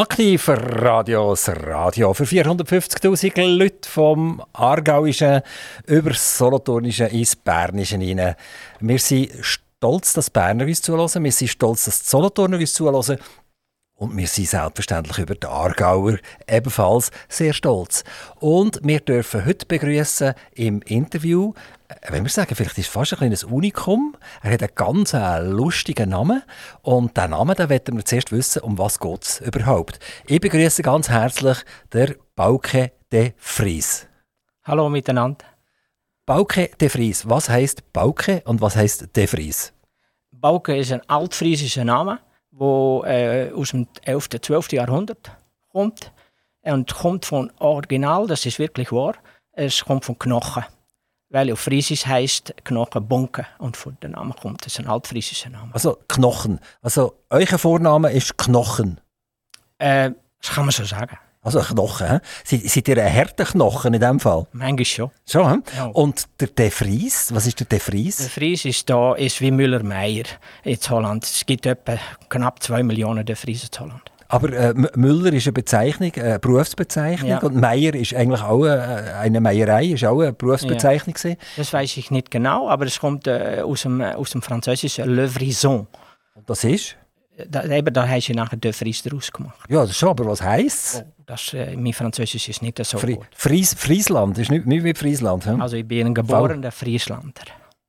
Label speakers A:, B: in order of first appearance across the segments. A: Aktiv Radio, das Radio für 450'000 Leute vom Aargauischen über das Solothurnischen ins Bernische hinein. Wir sind stolz, dass die Berner uns zuhören, wir sind stolz, dass die Solothurner uns zuhören und wir sind selbstverständlich über die Aargauer ebenfalls sehr stolz. Und wir dürfen heute begrüßen im Interview, äh, wenn wir sagen, vielleicht ist es fast ein kleines Unikum. Er hat einen ganz äh, lustigen Namen. Und diesen Namen, da werden wir zuerst wissen, um was geht es überhaupt. Ich begrüße ganz herzlich der Bauke de Vries.
B: Hallo miteinander.
A: Bauke de Vries. Was heißt Bauke und was heißt de Vries?
B: Bauke is een oud-Friesische naam, die äh, aus dem 11. 12. Jahrhundert kommt. Und kommt von Original, das ist wirklich wahr. Es kommt von Knochen. Weil auf Friesisch heißt Knochen Bonken. Und von der Name kommt es, ein altfriesische Name.
A: Also Knochen. Also euer Vorname ist Knochen.
B: Äh, das kann man so sagen.
A: Also Knochen. hä? Seid, seid ihr ein harter Knochen in dem Fall?
B: Manchmal schon.
A: Schon. hä?
B: Ja.
A: Und der de Vries, was ist der de
B: Nou, De
A: Vries?
B: Vries is da, is wie Müller-Meyer in Holland. eh, Es gibt etwa knapp 2 Millionen De Vries in Holland.
A: Aber äh, M- Müller ist eine Bezeichnung, eine Berufsbezeichnung.
B: Ja.
A: Und Meier ist eigentlich auch eine, eine Meierei, ist auch eine Berufsbezeichnung. gewesen.
B: Das weiß ich nicht genau, aber es kommt äh, aus, dem, äh, aus dem Französischen Le Vrison.
A: Und das ist?
B: Da, eben, da hast du nachher de Vries draus gemacht.
A: Ja, das schon, aber was heisst es?
B: Oh, das, äh, mein Französisch ist nicht so
A: Fri
B: gut.
A: Fries Friesland, ist nicht, nicht wie Friesland. hä?
B: Also ich bin ein geborener Friesländer.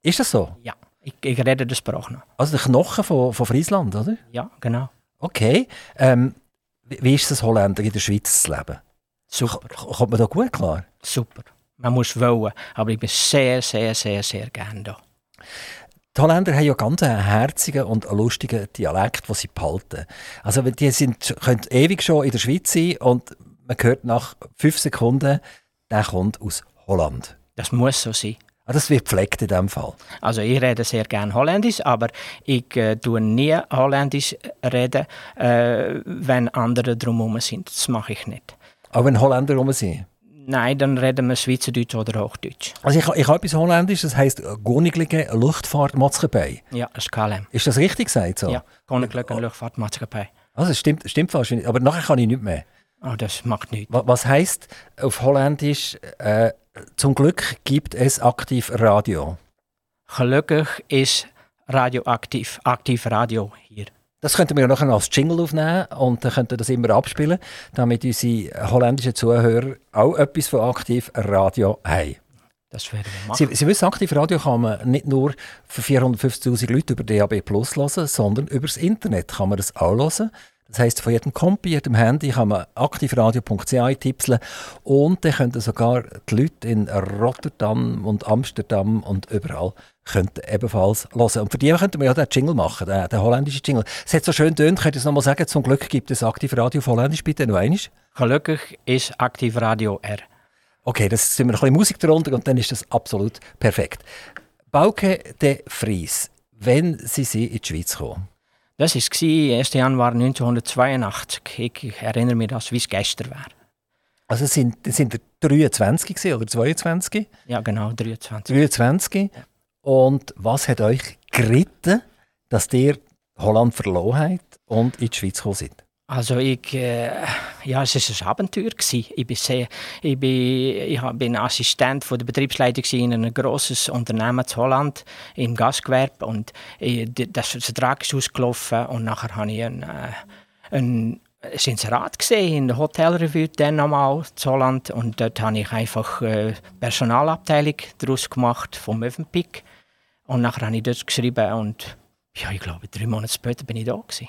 A: Ist das so?
B: Ja, ich, ich rede de Sprach noch.
A: Also der Knochen von, von Friesland, oder?
B: Ja, genau.
A: Okay. Ähm, wie, wie ist das Holländer in der Schweiz zu leben?
B: Super,
A: K- Kommt man da gut klar?
B: super. Man muss wollen, aber ich bin sehr, sehr, sehr, sehr gern da.
A: Die Holländer haben ja ganz einen herzigen und einen lustigen Dialekt, den sie behalten. Also weil die sind, können ewig schon in der Schweiz sein und man hört nach fünf Sekunden, der kommt aus Holland.
B: Das muss so sein.
A: Ah, das wird gepflegt in dem Fall.
B: Also ich rede sehr gern Holländisch, aber ich äh, tue nie Holländisch reden, äh, wenn andere drumherum sind. Das mache ich nicht.
A: Auch wenn Holländer rum sind.
B: Nein, dann reden wir Schweizerdeutsch oder Hochdeutsch.
A: Also ich, ich habe etwas Holländisch, das heisst Goniglige Luftfahrt Matzgebei.
B: Ja, das ist KLM.
A: Ist das richtig gesagt so?
B: Ja, Koninklijke Luchtvaartmaatschappij.
A: Also es stimmt, stimmt fast nicht. Aber nachher kann ich nicht mehr.
B: Oh, das macht nichts.
A: Was, was heisst auf Holländisch, äh, zum Glück gibt es aktiv Radio?
B: Gelukkig is radioactief, actief radio hier.
A: Das könnten wir ja nachher als Jingle aufnehmen und dann könnten wir das immer abspielen, damit unsere holländischen Zuhörer auch etwas von Aktiv Radio haben.
B: Das wäre
A: Sie, Sie wissen, Aktiv Radio kann man nicht nur für 450'000 Leute über DAB Plus hören, sondern über das Internet kann man das auch hören. Das heisst, von jedem Kompi, jedem Handy kann man aktivradio.ch eintipseln und dann könnten sogar die Leute in Rotterdam und Amsterdam und überall könnten ebenfalls hören. Und für die könnten wir ja den Jingle machen, den, den holländischen Jingle. Es hat so schön tönt, könnt ihr es nochmal sagen, zum Glück gibt es Aktiv Radio auf Holländisch, bitte noch einmal.
B: Gelukkig is actief radio er.
A: Okay, das sind wir ein bisschen Musik darunter und dann ist das absolut perfekt. Bauke de Vries, wenn Sie sie in die Schweiz kommen.
B: Das war 1. Januar 1982. Ich erinnere mich, als wie es gestern war.
A: Also sind sind ihr 23 gewesen oder 22?
B: Ja, genau, 23.
A: 23. Und was hat euch geritten, dass ihr Holland verloren habt und in die Schweiz gekommen seid?
B: Also ich, äh, ja, es ist ein Abenteuer gewesen. Ich bin sehr, ich bin, ich hab- bin Assistent von der Betriebsleitung gewesen in einem großes Unternehmen in Holland im Gastgewerbe und äh, d- das Vertrag ist ausgelaufen und nachher habe ich ein, äh, ein ein Inserat gesehen in der Hotelrevue dann nochmal in Holland und dort habe ich einfach äh, Personalabteilung daraus gemacht vom Mövenpick und nachher habe ich dort geschrieben und ja, ich glaube, drei Monate später bin ich da gewesen.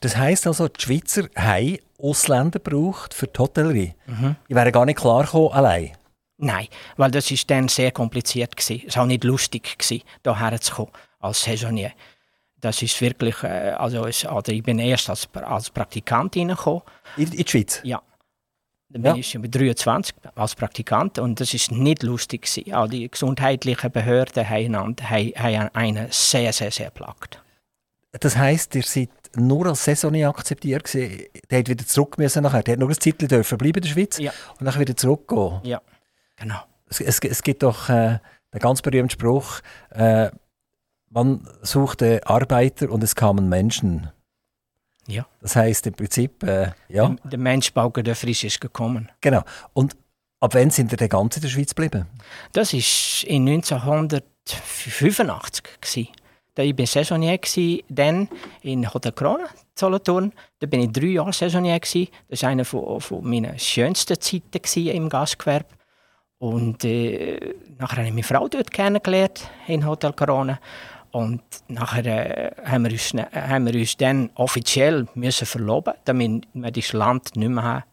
A: Das heisst also, die Schweizer haben Ausländer gebraucht für die Hotellerie. Die wären gar nicht klar gekommen allein.
B: Nein, weil das ist dann sehr kompliziert gsi. Es war auch nicht lustig gsi, hierher zu kommen als Saisonier. Das ist wirklich, äh, also, es, also ich bin erst als, Pra- als Praktikant reingekommen.
A: In, in die Schweiz.
B: Ja. Dann
A: Ja.
B: bin ich schon mit 23 als Praktikant und das ist nicht lustig gsi. Auch die gesundheitlichen Behörden haben einander- haben haben einen sehr, sehr, sehr plagt.
A: Das heisst, ihr seid nur als Saisonier akzeptiert gewesen. Der hat wieder zurück müssen nachher. Der hat nur ein Zeitchen dürfen bleiben in der Schweiz
B: Ja.
A: und dann wieder zurückgehen.
B: Ja, genau.
A: Es, es, es gibt doch äh, den ganz berühmten Spruch, äh, man suchte Arbeiter und es kamen Menschen.
B: Ja.
A: Das heisst im Prinzip, äh, ja,
B: Der, der Mensch Bauke der Frisch ist gekommen.
A: genau. Und ab wann sind ihr denn ganz in der Schweiz geblieben?
B: Das war in 1985. gsi. Da Ich war Saisonier gsi, dann in Hotel Krone, Solothurn. Da war ich drei Jahre Saisonier. gsi. Das war eine von, von meiner schönsten Zeiten gsi im Gastgewerbe. Und äh, nachher habe ich meine Frau dort kennengelernt, in Hotel Krone. Und nachher äh, haben, wir uns, äh, haben wir uns dann offiziell müssen verloben, damit wir das Land nicht mehr haben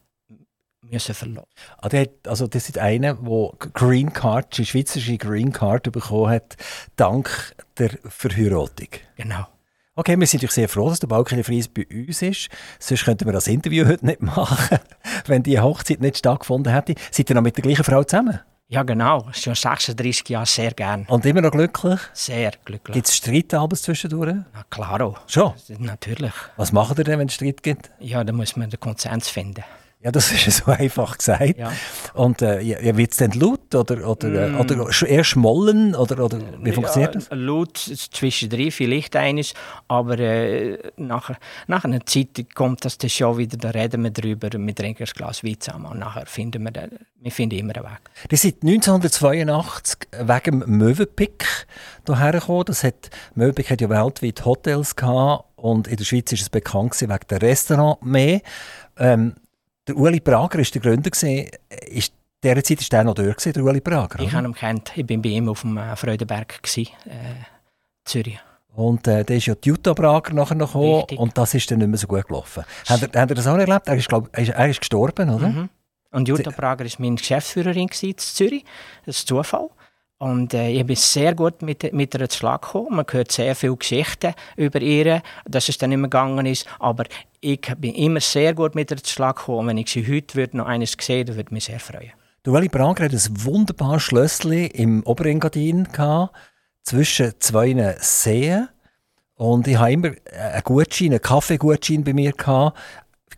B: müssen verloben.
A: Ah, der hat, also das ist einer, der G- Green Card, die schweizerische Green Card bekommen hat, dank der Verheiratung.
B: Genau.
A: Okay, wir sind natürlich sehr froh, dass der Balkan Fries bei uns ist. Sonst könnten wir das Interview heute nicht machen, wenn die Hochzeit nicht stattgefunden hätte. Seid ihr noch mit der gleichen Frau zusammen?
B: Ja, genau. Schon 36 Jahre sehr gern.
A: Und immer noch glücklich?
B: Sehr glücklich.
A: Gibt es Streit abends zwischendurch?
B: Na, Nou, klaro.
A: Schon.
B: Natürlich.
A: Was macht ihr denn, wenn es Streit gibt?
B: Ja, da muss man den Konsens finden.
A: Ja, das ist ja so einfach gesagt.
B: Ja. Mm.
A: Und äh, ja, ja, wird es denn laut oder, oder, äh, oder sch- eher schmollen? Oder, oder, wie funktioniert
B: ja,
A: das?
B: Laut zwischendrin vielleicht eines, aber äh, nach, nach einer Zeit kommt das dann schon wieder, da reden wir drüber, wir trinken ein Glas Wein zusammen und nachher finden wir, den, wir finden immer einen Weg.
A: Die sind 1982 wegen dem Möwenpick hierher gekommen. Das hat, Möwenpick hat ja weltweit Hotels gehabt und in der Schweiz ist es bekannt gewesen wegen der Restaurant mehr. Ähm, der Ueli Prager war der Gründer. Gewesen. Ist, dieser Zeit war der noch durch, gewesen, der Ueli Prager.
B: Ich
A: oder?
B: habe ihn kennt, ich bin bei ihm auf dem äh, Freudenberg, gewesen, äh, Zürich.
A: Und äh, der ist ja die Jutta Brager nachher noch gekommen
B: Richtig.
A: und das ist dann nicht mehr so gut gelaufen. Habt ihr, habt ihr das auch erlebt? Er ist, glaub, er ist, er ist gestorben, oder?
B: Mhm. Und Jutta Prager war meine Geschäftsführerin gewesen in Zürich. Das ist Zufall. Und äh, ich bin sehr gut mit, mit ihr zu Schlag gekommen. Man hört sehr viele Geschichten über ihr, dass es dann immer gegangen ist. Aber ich bin immer sehr gut mit ihr zu Schlag gekommen. Und Wenn ich sie heute würde noch eines sehen würde, würde ich mich sehr freuen.
A: Der Ueli Brager hat ein wunderbares Schlössli im Oberengadin gehabt, zwischen zwei Seen. Und ich habe immer äh, einen Gutschein, einen Kaffeegutschein bei mir gehabt,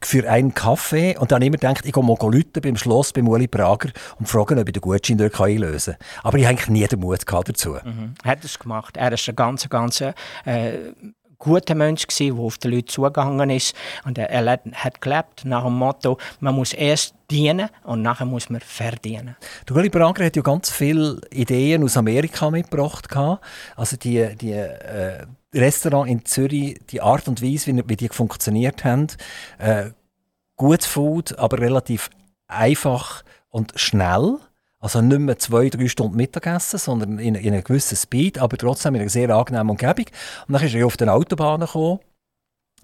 A: für einen Kaffee. Und dann habe ich immer gedacht, ich gehe mal Leute beim Schloss beim Ueli Brager und frage, ob ich den Gutschein dort einlösen kann. Aber ich habe eigentlich nie den Mut gehabt dazu.
B: Er hat es gemacht. Er ist ein ganz, ganz äh, guter Mensch, gewesen, der auf die Leute zugegangen ist. Und er, er hat- hat gelebt nach dem Motto, man muss erst dienen und nachher muss man verdienen.
A: Der Gulli Branger hat ja ganz viele Ideen aus Amerika mitgebracht. gehabt. Also die, die äh, Restaurants in Zürich, die Art und Weise, wie, wie die funktioniert haben. Äh, gutes Food, aber relativ einfach und schnell. Also nicht mehr zwei, drei Stunden Mittagessen, sondern in, in einem gewissen Speed, aber trotzdem in einer sehr angenehmen Umgebung. Und dann ist er ja auf den Autobahnen gekommen,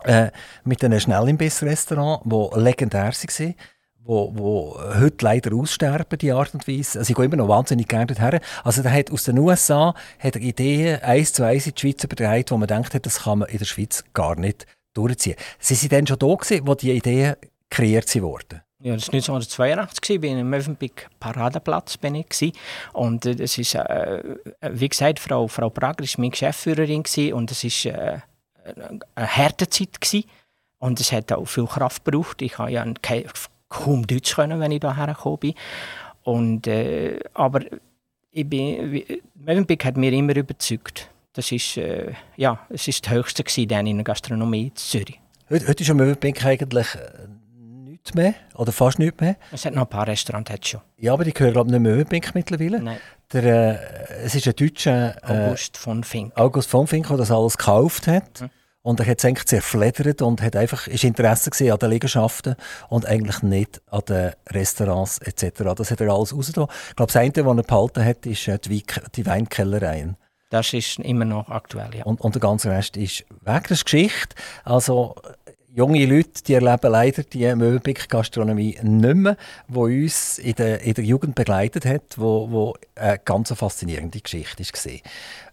A: äh, mit einem Schnellimbiss-Restaurant, wo legendär war wo, wo heute leider aussterben, die Art und Weise. Also ich gehe immer noch wahnsinnig gerne dorthin. Also der hat aus den USA hat er Ideen eins zu eins in die Schweiz übertragen, wo man denkt, hat, das kann man in der Schweiz gar nicht durchziehen. Sie sind dann schon da gewesen, wo die Ideen kreiert sie wurden.
B: Ja, das war 1982, gewesen, bin ich im Mövenpick Paradeplatz bin ich gewesen. und äh, das ist, äh, äh, wie gesagt, Frau, Frau Prager war meine Geschäftsführerin gewesen, und es war äh, eine eine harte Zeit gewesen. und es hat auch viel Kraft gebraucht. Ich habe ja kein, kaum Deutsch können, wenn ich hierher gekommen bin. Und, äh, aber ich bin, wie- Mövenpick hat mir immer überzeugt. Das ist, äh, ja, es ist das Höchste gewesen, dann in der Gastronomie in Zürich.
A: Heute, heute ist am Möwenpink eigentlich äh, nichts mehr, oder fast nichts mehr.
B: Es hat noch ein paar Restaurants hat es schon.
A: Ja, aber die gehören glaube ich nicht mehr Möwenpink mittlerweile.
B: Nein,
A: Der, äh, es ist ein deutscher... Äh,
B: August von Fink.
A: August von Fink, der das alles gekauft hat.
B: Mhm.
A: Und er hat es eigentlich zerfleddert und hat einfach ist Interesse gesehen an den Liegenschaften und eigentlich nicht an den Restaurants etc. Das hat er alles rausgetan. Ich glaube, das eine, was er behalten hat, ist äh, die, Weik- die Weinkellereien.
B: Das ist immer noch aktuell, ja.
A: Und, und der ganze Rest ist weg. Das ist Geschichte. Also äh, junge Leute, die erleben leider die Möbelpick-Gastronomie nicht mehr, die uns in der, in der Jugend begleitet hat, wo, wo eine ganz faszinierende Geschichte war.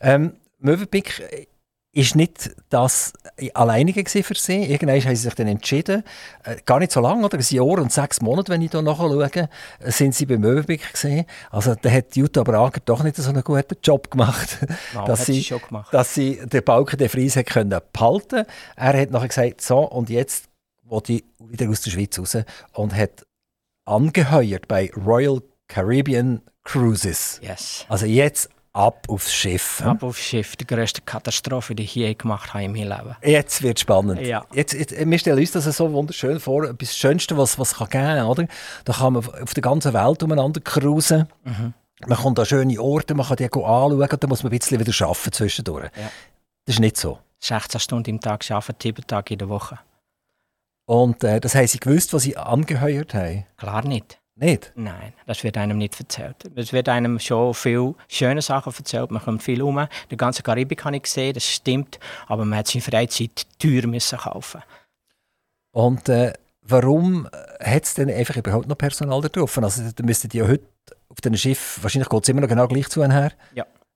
A: Ähm, Möbelpick ist nicht das alleinige gewesen für sie. Irgendwann haben sie sich dann entschieden, äh, gar nicht so lange, oder ein Jahr und sechs Monate, wenn ich hier nachschaue, äh, sind sie bei Möbelpick gesehen. Also da hat Jutta Brager doch nicht so einen guten Job gemacht,
B: Mal
A: dass
B: hat
A: sie
B: sie schon gemacht.
A: dass sie den Balken der Fries hat können behalten Er hat nachher gesagt, so und jetzt will ich wieder aus der Schweiz raus und hat angeheuert bei Royal Caribbean Cruises.
B: Yes.
A: Also jetzt Ab aufs Schiff. hm?
B: Ab aufs Schiff, die grösste Katastrophe, die ich je gemacht habe in meinem Leben.
A: Jetzt wird spannend.
B: Ja.
A: Jetzt, jetzt, wir stellen uns das so wunderschön vor, etwas das Schönste, was es kann geben kann. Oder? Da kann man auf der ganzen Welt umeinander cruisen.
B: Mhm.
A: Man kommt an schöne Orte, man kann die go anschauen und dann muss man ein bisschen wieder arbeiten zwischendurch.
B: Ja.
A: Das ist nicht so.
B: 16 Stunden im Tag arbeiten, 7 Tage in der Woche.
A: Und äh, das haben sie gewusst, was sie angeheuert haben.
B: Klar nicht.
A: Nicht?
B: Nein, das wird einem nicht erzählt. Es wird einem schon viel schöne Sachen erzählt. Man kommt viel um. Die ganze Karibik habe ich gesehen, das stimmt. Aber man hat seine Freizeit teuer müssen kaufen.
A: Und äh, warum hat es denn einfach überhaupt noch Personal da drauf? Also, da müssten die ja heute auf dem Schiff, wahrscheinlich geht es immer noch genau gleich zu und her.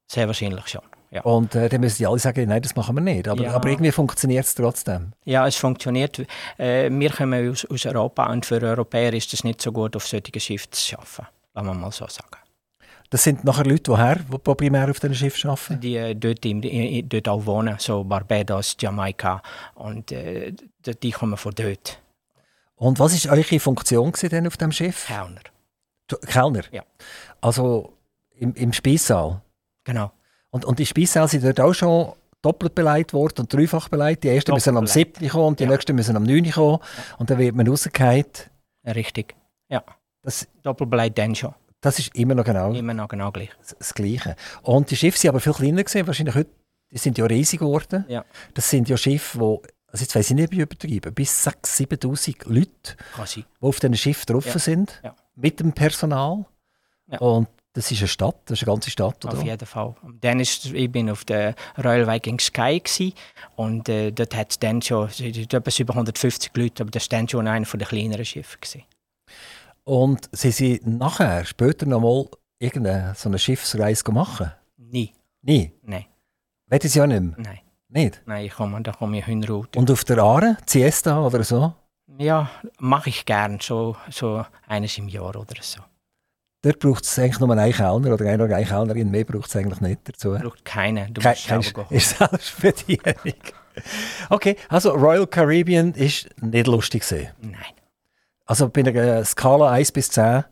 B: Sehr wahrscheinlich schon. Ja.
A: Und äh, dann müssen die alle sagen, nein, das machen wir nicht. Aber,
B: Ja.
A: aber irgendwie funktioniert es trotzdem.
B: Ja, es funktioniert. Äh, wir kommen aus, aus Europa und für Europäer ist es nicht so gut, auf solchen Schiffen zu arbeiten. Lassen wir mal so sagen.
A: Das sind nachher Leute, woher, die primär auf dem Schiff arbeiten.
B: Die äh, dort, im, i- i- dort auch wohnen, so Barbados, Jamaika. Und äh, die die kommen von dort.
A: Und was war eure Funktion gewesen denn auf dem Schiff?
B: Kellner.
A: Du- Kellner?
B: Ja.
A: Also im, im Speissaal.
B: Genau.
A: Und, und die Speissäle sind dort auch schon doppelt beleidigt worden und dreifach beleidigt. Die ersten müssen am
B: Doppelt
A: 7. kommen und die
B: Ja.
A: nächsten müssen am 9. kommen. Und dann wird man rausgehauen.
B: Richtig. Ja.
A: Das,
B: Doppelblei dann schon.
A: das ist immer noch genau
B: Immer noch genau gleich.
A: das- das Gleiche. Und die Schiffe sind aber viel kleiner gewesen. Wahrscheinlich heute, die sind ja riesig geworden.
B: Ja.
A: Das sind ja Schiffe, die, also jetzt weiss ich nicht, ob ich übertreibe, bis 6.000, 7.000 Leute
B: Kann sein.
A: die auf diesen Schiff drauf
B: Ja.
A: sind,
B: Ja.
A: mit dem Personal.
B: Ja.
A: Und das ist eine Stadt, das ist eine ganze Stadt.
B: Auf
A: Oder?
B: jeden Fall. Und Dann ist, ich bin auf der Royal Viking Sky gsi und äh, dort hat es dann schon es sind etwas über 150 Leute, aber das war dann schon einer der kleineren Schiffe. gsi.
A: Und sie sind nachher, später nochmal, irgendeine so eine Schiffsreise machen?
B: Nie.
A: Nein,
B: Nein,
A: wollen sie ja nicht mehr.
B: nein,
A: Nicht?
B: nein, ich komme, da komme ich hinraut.
A: Und auf der Aare, Siesta oder so,
B: Ja, mache ich gern, so, so eines im Jahr oder so.
A: dort braucht es eigentlich nur einen Kellner oder eine oder eine Kellnerin, mehr braucht es eigentlich nicht dazu.
B: Braucht keinen, du
A: Kein-
B: musst
A: kein-
B: selber gehen.
A: Ist Selbstbedienung. Okay, also Royal Caribbean ist nicht lustig gewesen.
B: Nein,
A: Also bei einer Skala 1 bis 10,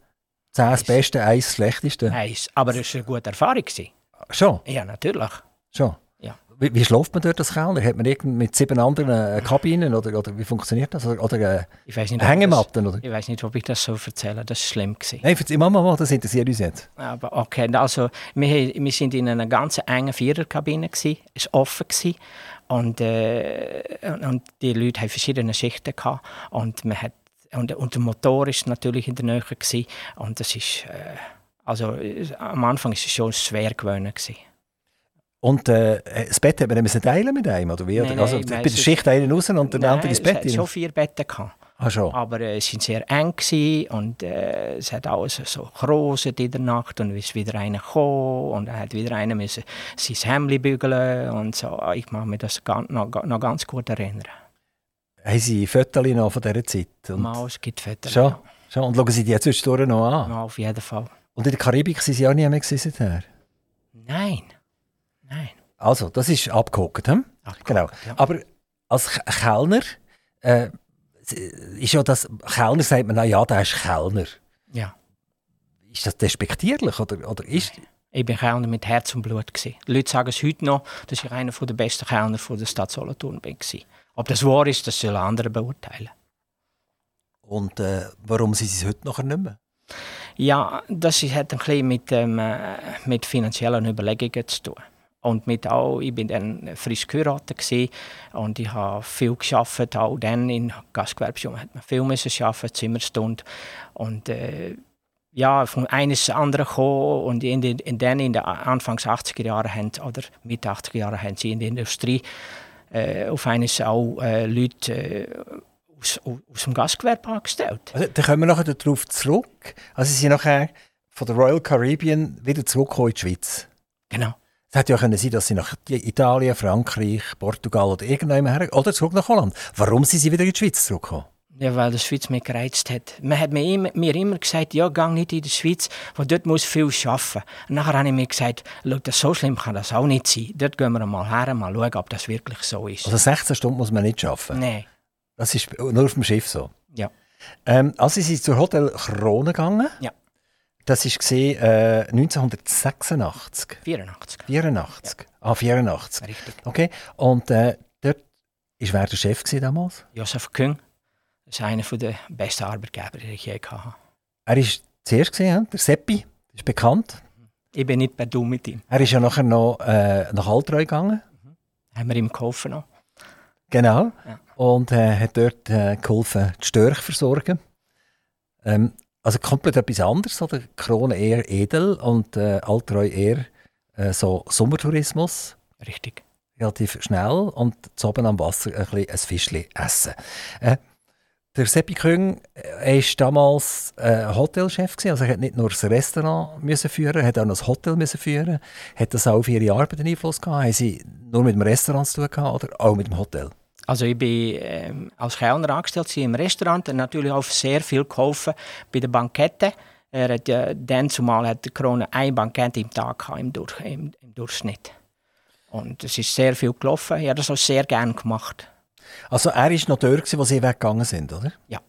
A: 10 das
B: Ist-
A: Beste, 1 das Schlechteste.
B: nein, es- aber es war eine gute Erfahrung. gsi.
A: Schon,
B: Ja, natürlich.
A: schon.
B: Ja.
A: Wie, wie schläft man dort als Kellner? Hat man irgend mit sieben anderen äh, Kabinen oder, oder wie funktioniert das? Oder, oder äh,
B: Ich weiß nicht, ob ich das,
A: Hängematten? Oder?
B: ich weiß nicht, ob ich das so erzähle, das war schlimm. gsi.
A: Nein, verzeih- Mama, Mama, das interessiert uns jetzt.
B: Aber okay, also wir, he- wir sind in einer ganz engen Viererkabine, gsi, es war offen gsi und, äh, und- und die Leute hatten verschiedene Schichten gehabt, und, man hat, und, und der Motor war natürlich in der Nähe gsi und das ist, äh, also äh, am Anfang war es schon schwer gewöhnt. gsi.
A: Und äh, das Bett hat man dann müssen teilen mit einem, oder wie?
B: Nein,
A: oder? Also,
B: nein,
A: bei
B: nein,
A: der
B: es ist-
A: Schicht einen raus und der
B: Nein,
A: andere ins Bett
B: Es hat
A: rein.
B: schon vier Betten gehabt.
A: Ah, schon.
B: Aber äh, es waren sehr eng gsi und äh, es hat alles so geroset in der Nacht und ist wieder einer gekommen und er hat wieder einer müssen sein Hemd bügeln und so. Ah, Ich kann mich das ganz, noch, noch ganz gut erinnern.
A: Haben sie Fotos noch von dieser Zeit? Und,
B: Mal, es gibt Väter.
A: schon, schon. und schauen sie die zwischendurch noch an.
B: Ja, auf jeden Fall.
A: Und in der Karibik sind sie auch nie mehr gewesen. seither.
B: Nein. Nein.
A: Also, das ist abgehockt, hm?
B: Abgehakt,
A: Genau.
B: ja.
A: Aber als K- Kellner äh, ist ja das Kellner sagt man, na ja, der ist Kellner.
B: Ja.
A: Ist das despektierlich oder, oder ist
B: Ich bin Kellner mit Herz und Blut. gsi. Die Leute sagen es heute noch, dass ich einer der besten Kellner von der Stadt Solothurn bin. gsi. Ob das wahr ist, das sollen andere beurteilen.
A: und äh, warum sind sie es heute noch nicht mehr?
B: Ja, das is- hat ein bisschen mit, ähm, äh, mit finanziellen Überlegungen zu tun. Und mit auch, ich bin dann frisch geheiratet gsi und ich habe viel geschafft, auch dann in Gastgewerbsjung hat man viel müssen schaffen, Zimmerstunde und äh, ja, von eines zum anderen gekommen und in den, in dann in den Anfangs 80er Jahren haben, oder mit 80er Jahren haben sie in der Industrie äh, auf eines auch äh, Leute äh, aus, aus, aus dem Gastgewerbe angestellt.
A: Also, da kommen wir nachher darauf zurück. Also sie sind nachher von der Royal Caribbean wieder zurückgekommen in die Schweiz.
B: Genau.
A: Es hätte ja können sein, dass sie nach Italien, Frankreich, Portugal oder irgendeinem her oder zurück nach Holland. Warum sind sie wieder in die Schweiz zurückgekommen?
B: Ja, weil de Schweiz mich gereizt hat. Man hat mir immer, mir immer gesagt, ja, gang nicht in die Schweiz, want dort muss viel arbeiten. En nachher habe ich mir gesagt, schau, das so schlimm kann das auch nicht sein. Dort gehen wir mal her, mal schauen, ob das wirklich so ist.
A: Also 16 Stunden muss man nicht arbeiten.
B: Nee,
A: Das ist nur auf dem Schiff so.
B: Ja.
A: Ähm, also sie sind zur Hotel Krone gegangen.
B: Ja.
A: Das war gesehen, äh, 1986,
B: 84.
A: 84. Ah, 84.
B: Richtig.
A: Okay. Und äh, dort ist wer der Chef gewesen damals?
B: Josef Küng, das ist einer der besten Arbeitgeber, die ich je hatte.
A: Er ist zuerst gesehen, ja? der Seppi, ist bekannt.
B: Ich bin nicht per Du mit ihm.
A: Er ist ja nachher noch äh, nach Altreu gegangen.
B: Haben wir ihm geholfen noch.
A: Genau.
B: Ja.
A: Und äh, hat dort äh, geholfen, die Störche versorgen. Ähm, also komplett etwas anderes, oder? Krone eher edel und äh, Altreu eher äh, so Sommertourismus.
B: Richtig.
A: relativ schnell und zu oben am Wasser ein, bisschen ein Fischchen essen. Äh, der Seppi Küng war damals äh, Hotelchef, gewesen, also er hat nicht nur das Restaurant müssen führen, hat auch noch das Hotel müssen führen. Hat das auch auf ihre Arbeit einen Einfluss gehabt? Haben sie nur mit dem Restaurant zu tun gehabt oder auch mit dem Hotel?
B: Also ich bin ähm, als Kellner angestellt gewesen im Restaurant und natürlich auch sehr viel geholfen bei den Banketten. Er hat ja, dann zumal hat die Krone ein Bankett im Tag gehabt, im, Durch, im, im Durchschnitt. Und es ist sehr viel gelaufen. Ich habe das auch sehr gerne gemacht.
A: Also er war noch dort, gewesen, wo sie weggegangen sind, oder?
B: Ja.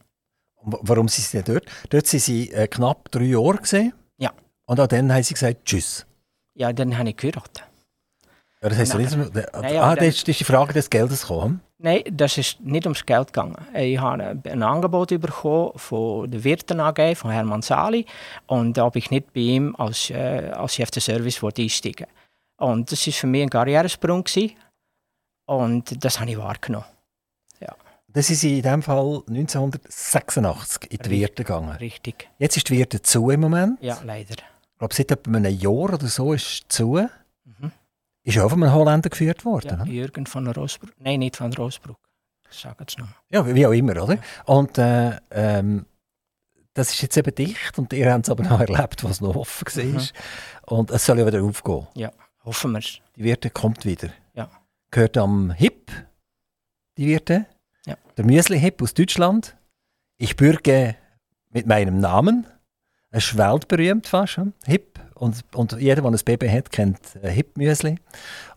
A: Und wa- warum sind sie denn dort? Dort waren sie äh, knapp drei Jahre. Gewesen,
B: Ja.
A: Und auch dann haben sie gesagt, tschüss.
B: Ja, dann habe ich geheiratet.
A: Ja, das heisst,
B: Nein. Nein,
A: ah,
B: aber
A: das ist das ist die Frage des Geldes gekommen.
B: Nein, das ist nicht ums Geld gegangen. Ich habe ein Angebot bekommen von der Wirten AG, von Hermann Sali. Und ob ich nicht bei ihm als, äh, als Chef des Service wollte einsteigen Und das war für mich ein Karrieresprung. Gewesen. Und das habe ich wahrgenommen.
A: Das ist in dem Fall 1986 in die Wirte gegangen.
B: Richtig.
A: Jetzt ist die Wirte zu im Moment.
B: Ja, leider.
A: Ich glaube, seit etwa einem Jahr oder so ist es zu. Ist auch von einem Holländer geführt worden.
B: Mhm. Ja,
A: ne?
B: Jürgen von Rosbroek. Nein, nicht von Rosbroek. Sag es nochmal.
A: Ja, wie auch immer, oder? Und äh, ähm, das ist jetzt eben dicht und ihr habt es aber noch erlebt, was noch offen war. Und es soll ja wieder aufgehen.
B: Ja, hoffen wir es.
A: Die Wirte kommt wieder.
B: Ja.
A: Gehört am HIP, die Wirte.
B: Ja.
A: Der Müsli-HIP aus Deutschland. Ich bürge mit meinem Namen. Es ist weltberühmt fast. hm? HIP. Und, und jeder, der ein Baby hat, kennt äh, HIP-Müsli.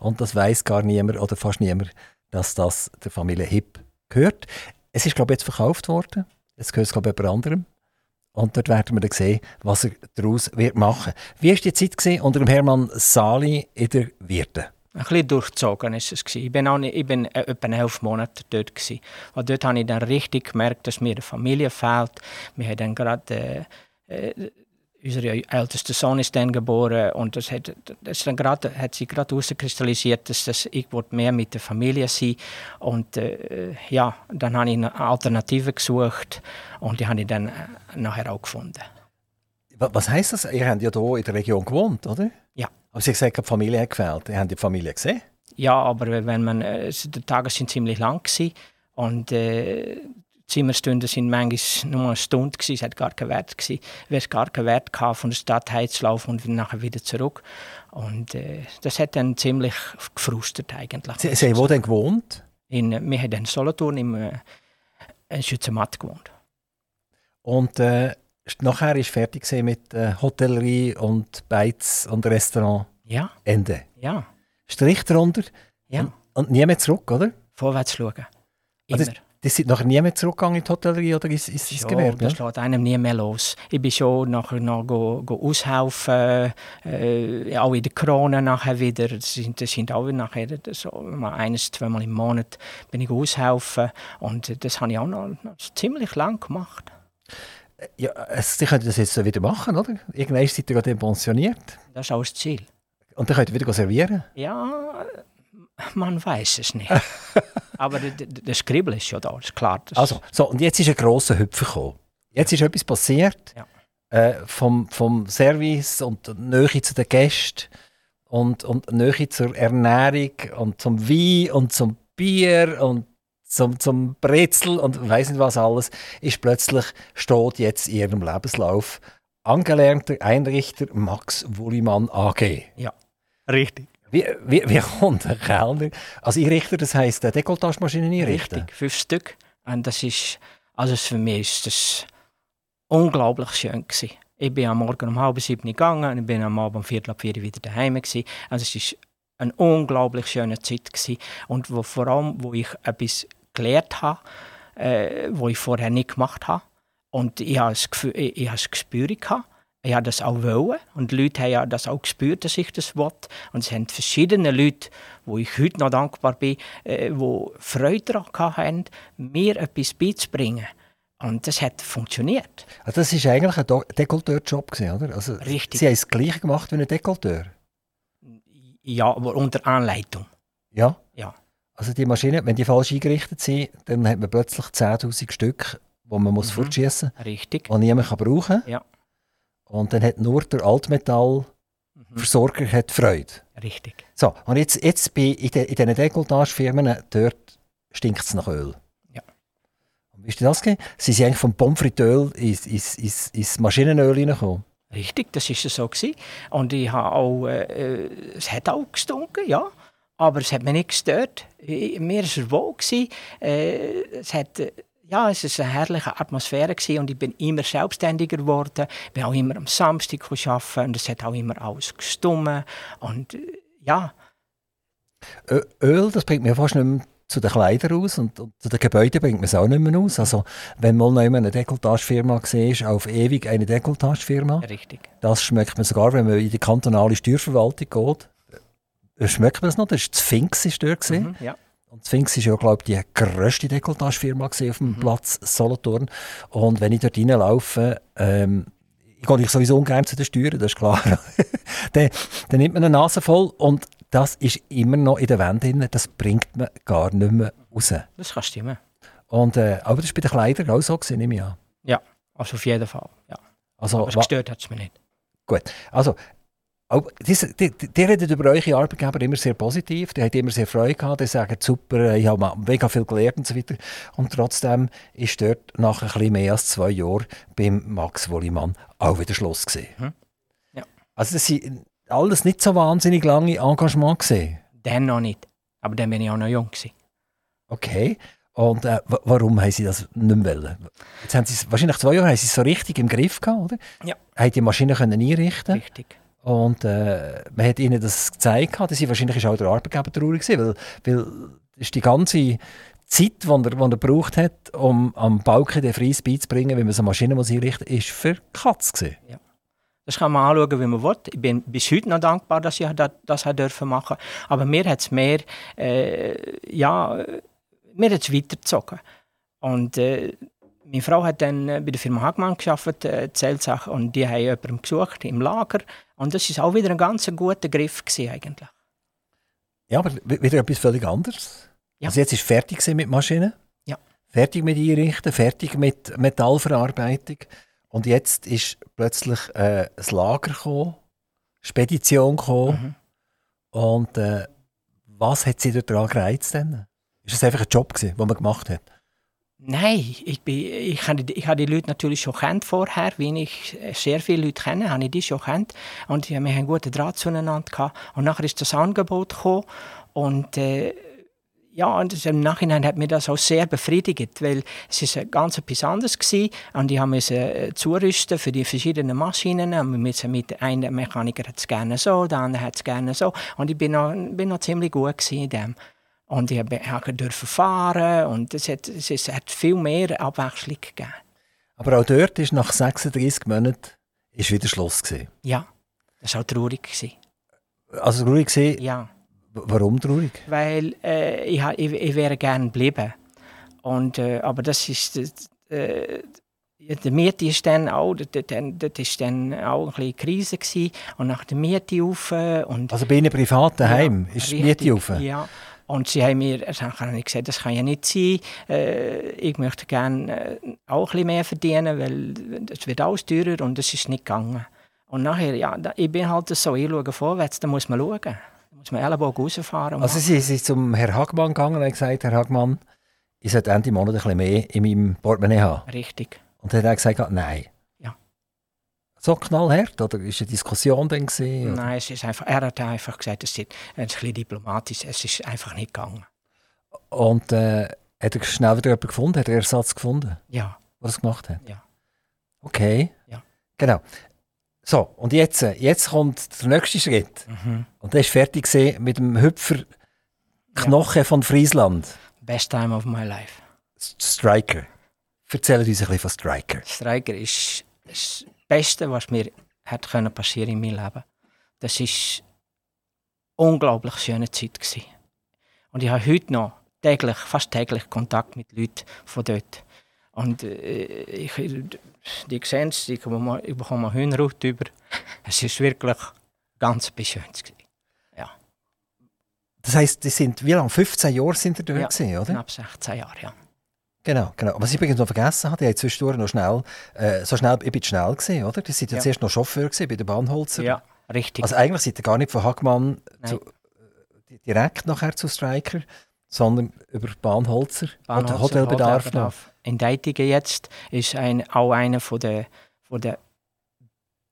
A: Und das weiß gar niemand oder fast niemand, dass das der Familie HIP gehört. Es ist, glaube ich, jetzt verkauft worden. Jetzt gehört es, glaube ich, jemand anderem. Und dort werden wir dann sehen, was er daraus wird machen. Wie war die Zeit gewesen unter dem Hermann Sali in der Wirte?
B: Ein bisschen durchgezogen ist es. Gewesen. Ich bin, auch nicht, ich bin äh, etwa elf Monate dort. Gewesen. Und dort habe ich dann richtig gemerkt, dass mir eine dus Familie fehlt. Wir haben dann gerade, äh, äh, unser ältester Sohn ist dann geboren dus und das hat, das ist dann gerade, hat sich gerade herauskristallisiert, dass das, ich wollte mehr mit der Familie sein Und äh, ja, dann habe ich eine Alternative gesucht und die habe ich dann äh, nachher auch gefunden.
A: Wa- Was heisst das? Ihr habt ja hier in der Region gewohnt, oder?
B: Ja.
A: Aber Sie haben gesagt, die Familie hat gefehlt. Ihr habt die Familie gesehen?
B: Ja, aber wenn man, äh, es- die Tage sind ziemlich lang gewesen und äh, die Zimmerstunden sind manchmal nur eine Stunde gewesen, es hat gar keinen Wert gewesen. Weil es gar keinen Wert gehabt, von der Stadt heimzulaufen und nachher wieder zurück. Und äh, das hat dann ziemlich gefrustet eigentlich.
A: Sie, Sie haben wo denn gewohnt?
B: in, äh, wir haben in Solothurn im äh, in Schützenmatt gewohnt.
A: Und äh, st- nachher war fertig gewesen mit äh, Hotellerie und Beiz und Restaurant.
B: Ja,
A: Ende.
B: ja,
A: Strich drunter
B: ja.
A: und nie mehr zurück, oder?
B: Vorwärts schauen.
A: Ah,
B: Immer.
A: Die sind nachher nie mehr zurückgegangen in die Hotellerie oder ins, ins, ins
B: Ja,
A: Gewerbe. ne?
B: das
A: ja?
B: lässt einem nie mehr los. Ich bin schon nachher noch go, go aushelfen, äh, auch in der Krone nachher wieder. Das sind, das sind auch nachher so mal eines, zweimal im Monat bin ich aushelfen und äh, das habe ich auch noch, noch ziemlich lang gemacht.
A: Ja, äh, es- Sie können das jetzt so wieder machen, oder? Irgendwann seid ihr gerade pensioniert.
B: Das ist auch das Ziel.
A: Und dann könnt ihr wieder go servieren.
B: Ja, man weiß es nicht. Aber der- der der Skribbel ist schon da, ist klar. Das
A: Also, so, und jetzt ist ein grosser Hüpfer gekommen. Jetzt ist etwas passiert.
B: Ja.
A: Äh, vom, vom Service und Nähe zu den Gästen und, und Nähe zur Ernährung und zum Wein und zum Bier und zum, zum Brezel und weiss nicht was alles, ist plötzlich, steht jetzt in ihrem Lebenslauf angelernter Einrichter Max Wullimann AG.
B: richtig.
A: Wie, wie, wie kommt ein Kellner? Also Einrichter, das heisst äh, Dekolletagemaschinen einrichten?
B: Richtig, fünf Stück. Und das ist, also für mich ist das unglaublich schön gewesen. Ich bin am Morgen um halb sieben gegangen und ich bin am Abend um viertel ab vier wieder daheim gewesen. Also es ist eine unglaublich schöne Zeit gewesen. Und wo, vor allem, wo ich etwas gelernt habe, äh, wo ich vorher nicht gemacht habe. Und ich habe es, gespü- ich, ich habe es gespürt gehabt. ja, das auch wollen. Und die Leute haben ja das auch gespürt, dass ich das will. Und es haben verschiedene Leute, wo ich heute noch dankbar bin, äh, wo Freude daran hatten, mir etwas beizubringen. Und das hat funktioniert.
A: Also das war eigentlich ein Do- Dekolleteurjob, gewesen, oder? Also,
B: Richtig.
A: Sie haben das Gleiche gemacht wie ein Dekolleteur.
B: Ja, aber unter Anleitung.
A: Ja.
B: Ja.
A: Also die Maschinen, wenn die falsch eingerichtet sind, dann hat man plötzlich 10'000 Stück, die man muss
B: Mhm.
A: fortschiessen
B: Richtig.
A: muss, die niemand kann brauchen kann.
B: Ja.
A: Und dann hat nur der Altmetallversorger
B: Mhm.
A: hat Freude.
B: Richtig.
A: So, und jetzt, jetzt bei, in, de, in diesen Dekolletagefirmen, dort stinkt es nach Öl.
B: Ja.
A: Und wie ist denn das gewesen? Sie sind eigentlich vom Pommes frites Öl ins, ins, ins, ins Maschinenöl reingekommen.
B: Richtig, das ist so gewesen. Und ich habe auch, äh, äh, es hat auch gestunken, ja. Aber es hat mich nicht gestört. Ich, mir war es wohl. Gewesen. Äh, es hat, äh, ja, es war eine herrliche Atmosphäre gewesen und ich bin immer selbstständiger geworden. Ich bin auch immer am Samstag arbeiten und es hat auch immer alles gestummen. Und äh, ja,
A: Ö- Öl, das bringt mir fast nicht mehr zu den Kleidern aus und, und zu den Gebäuden bringt man es auch nicht mehr aus. Also, wenn mal noch immer eine Dekolletagefirma siehst, auf ewig eine Dekolletagefirma,
B: richtig.
A: das schmeckt man sogar, wenn man in die kantonale Steuerverwaltung geht. Äh, Schmeckt man es noch? Das war die Sphinx ist dort. gewesen.
B: Mhm, ja.
A: Und Sphinx war ja, glaube ich, die grösste Dekolletagefirma gewesen auf dem Platz Solothurn. Und wenn ich dort reinlaufe, ähm, ich gehe natürlich sowieso ungern zu den Steuern, das ist klar. dann, dann nimmt man eine Nase voll und das ist immer noch in der Wand drin, das bringt man gar nicht mehr raus.
B: Das kann stimmen.
A: Und, äh, aber das war bei den Kleidern auch so, gewesen, nehme ich an.
B: Also auf jeden Fall. Ja.
A: Also,
B: Aber es
A: wa-
B: gestört hat es mich nicht.
A: Gut. Also, auch diese, die, die, die reden über eure Arbeitgeber immer sehr positiv, die haben immer sehr Freude gehabt, die sagen, super, äh, ich habe mal mega viel gelernt und so weiter. Und trotzdem ist dort nach ein bisschen mehr als zwei Jahren beim Max Wollimann auch wieder Schluss gewesen.
B: Mhm. Ja.
A: Also das sind alles nicht so wahnsinnig lange Engagement gesehen.
B: Dann noch nicht. Aber dann bin ich auch noch jung. Gewesen.
A: Okay. Und äh, wa- warum haben sie das nicht mehr wollen? Jetzt haben sie es- wahrscheinlich zwei Jahre haben sie es so richtig im Griff gehabt, oder?
B: Ja.
A: Haben die Maschine können einrichten?
B: Richtig.
A: Und äh, man hat ihnen das gezeigt, dass sie wahrscheinlich ist auch der Arbeitgeber traurig gewesen, weil, weil das ist die ganze Zeit, die er, die er gebraucht hat, um am Balken den Fries beizubringen, wie man so eine Maschine muss einrichten muss, ist für Katz gewesen.
B: Das kann man anschauen, wie man will. Ich bin bis heute noch dankbar, dass ich das, das habe dürfen machen Aber mir hat es mehr, äh, ja, äh, mir hat's weitergezogen. Und äh, meine Frau hat dann äh, bei der Firma Hagmann gearbeitet, äh, die Zeltsache, und die haben jemanden gesucht im Lager. Und das war auch wieder ein ganz guter Griff gewesen, eigentlich.
A: Ja, aber wi- wieder etwas völlig anderes.
B: Ja.
A: Also jetzt ist fertig gewesen mit Maschinen.
B: Ja.
A: Fertig mit Einrichten, fertig mit Metallverarbeitung. Und jetzt ist plötzlich äh, das Lager gekommen, Spedition gekommen.
B: Mhm.
A: Und äh, was hat sie daran gereizt? Denn? Ist es einfach ein Job, gewesen, den man gemacht hat?
B: Nein, ich, bin, ich, habe, die- ich habe die Leute natürlich schon kennt vorher, wie ich äh, sehr viele Leute kenne, habe ich die schon kennt und wir haben einen guten Draht zueinander gehabt. Und nachher ist das Angebot gekommen und äh, ja, und das, im Nachhinein hat mir das auch sehr befriedigt, weil es ist äh, ganz etwas anderes gewesen und ich habe müssen äh, zurüsten für die verschiedenen Maschinen und wir müssen mit einem Mechaniker hat es gerne so, der andere hat es gerne so und ich bin noch, bin noch ziemlich gut gewesen in dem. Und ich habe auch dürfen fahren und es hat, es, ist- hat viel mehr Abwechslung gegeben.
A: Aber auch dort ist nach 36 Monaten ist wieder Schluss. Gewesen.
B: Ja, das war auch traurig. Gewesen.
A: Also traurig gewesen,
B: Ja,
A: w- warum traurig?
B: weil äh, ich, ha- ich, ich wäre gerne geblieben. Und, äh, aber das ist... Äh, ja, die Miete ist dann auch, das, das, das ist dann auch ein bisschen Krise gewesen. Und nach der Miete rauf und
A: Also bei Ihnen privat daheim
B: Ja,
A: ist die
B: richtig,
A: Miete rauf.
B: Ja. Und sie haben mir sie haben nicht gesagt, das kann ja nicht sein. Äh, ich möchte gerne äh, auch ein bisschen mehr verdienen, weil es wird alles dus teurer und es ist nicht gegangen. Und nachher, ja, da, ich bin halt so, ich schaue vorwärts, da muss man schauen. Da muss man Ellenbogen rausfahren. und
A: Also sie sind zum Herrn Hagmann gegangen und haben gesagt, Herr Hagmann, ich sollte Ende Monat ein bisschen mehr in meinem Portemonnaie haben.
B: machen. Richtig.
A: Und dann hat er gesagt, ah, nein.
B: Ja.
A: So knallhart, oder? Ist eine Diskussion dann gewesen? oder?
B: Nein, es ist einfach, er hat einfach gesagt, es ist, es ist ein bisschen diplomatisch, es ist einfach nicht gegangen.
A: Und äh, hat er schnell wieder jemanden gefunden? Hat er einen Ersatz gefunden?
B: Ja,
A: der das gemacht hat?
B: Ja.
A: Okay.
B: Ja.
A: Genau. So, und jetzt, äh, jetzt kommt der nächste Schritt.
B: mhm.
A: Und der ist fertig gewesen mit dem Hüpfer Knoche von Friesland.
B: best time of my life.
A: S- Striker. Erzähl uns ein bisschen von Striker.
B: Streiker ist das Beste, was mir hat können passieren in meinem Leben. Das ist unglaublich schöne Zeit gewesen. Und ich habe heute noch täglich, fast täglich Kontakt mit Leuten von dort. Und äh, ich, die sehen es, ich bekomme ich bekomme Hühnerhaut über. Es ist wirklich ganz etwas Schönes gewesen.
A: Das heisst, die sind, wie lange? 15 Jahre sind ihr dort,
B: Ja,
A: gewesen, oder?
B: Knapp 16 Jahre, ja.
A: Genau, genau. Was ich übrigens noch vergessen habe, die haben zwischendurch noch schnell, äh, so schnell, ich bin schnell gewesen, oder? Die sind ja
B: Ja.
A: zuerst noch Chauffeur gewesen bei der Bahnholzer.
B: Ja, richtig.
A: Also eigentlich seid ihr gar nicht von Hackmann
B: Nein.
A: zu, äh, direkt nachher zu Striker, sondern über Bahnholzer. Bahnholzer
B: Bahnhof-
A: Hotelbedarf, noch.
B: Hotelbedarf. In Deitigen jetzt ist ein, auch einer von der, von der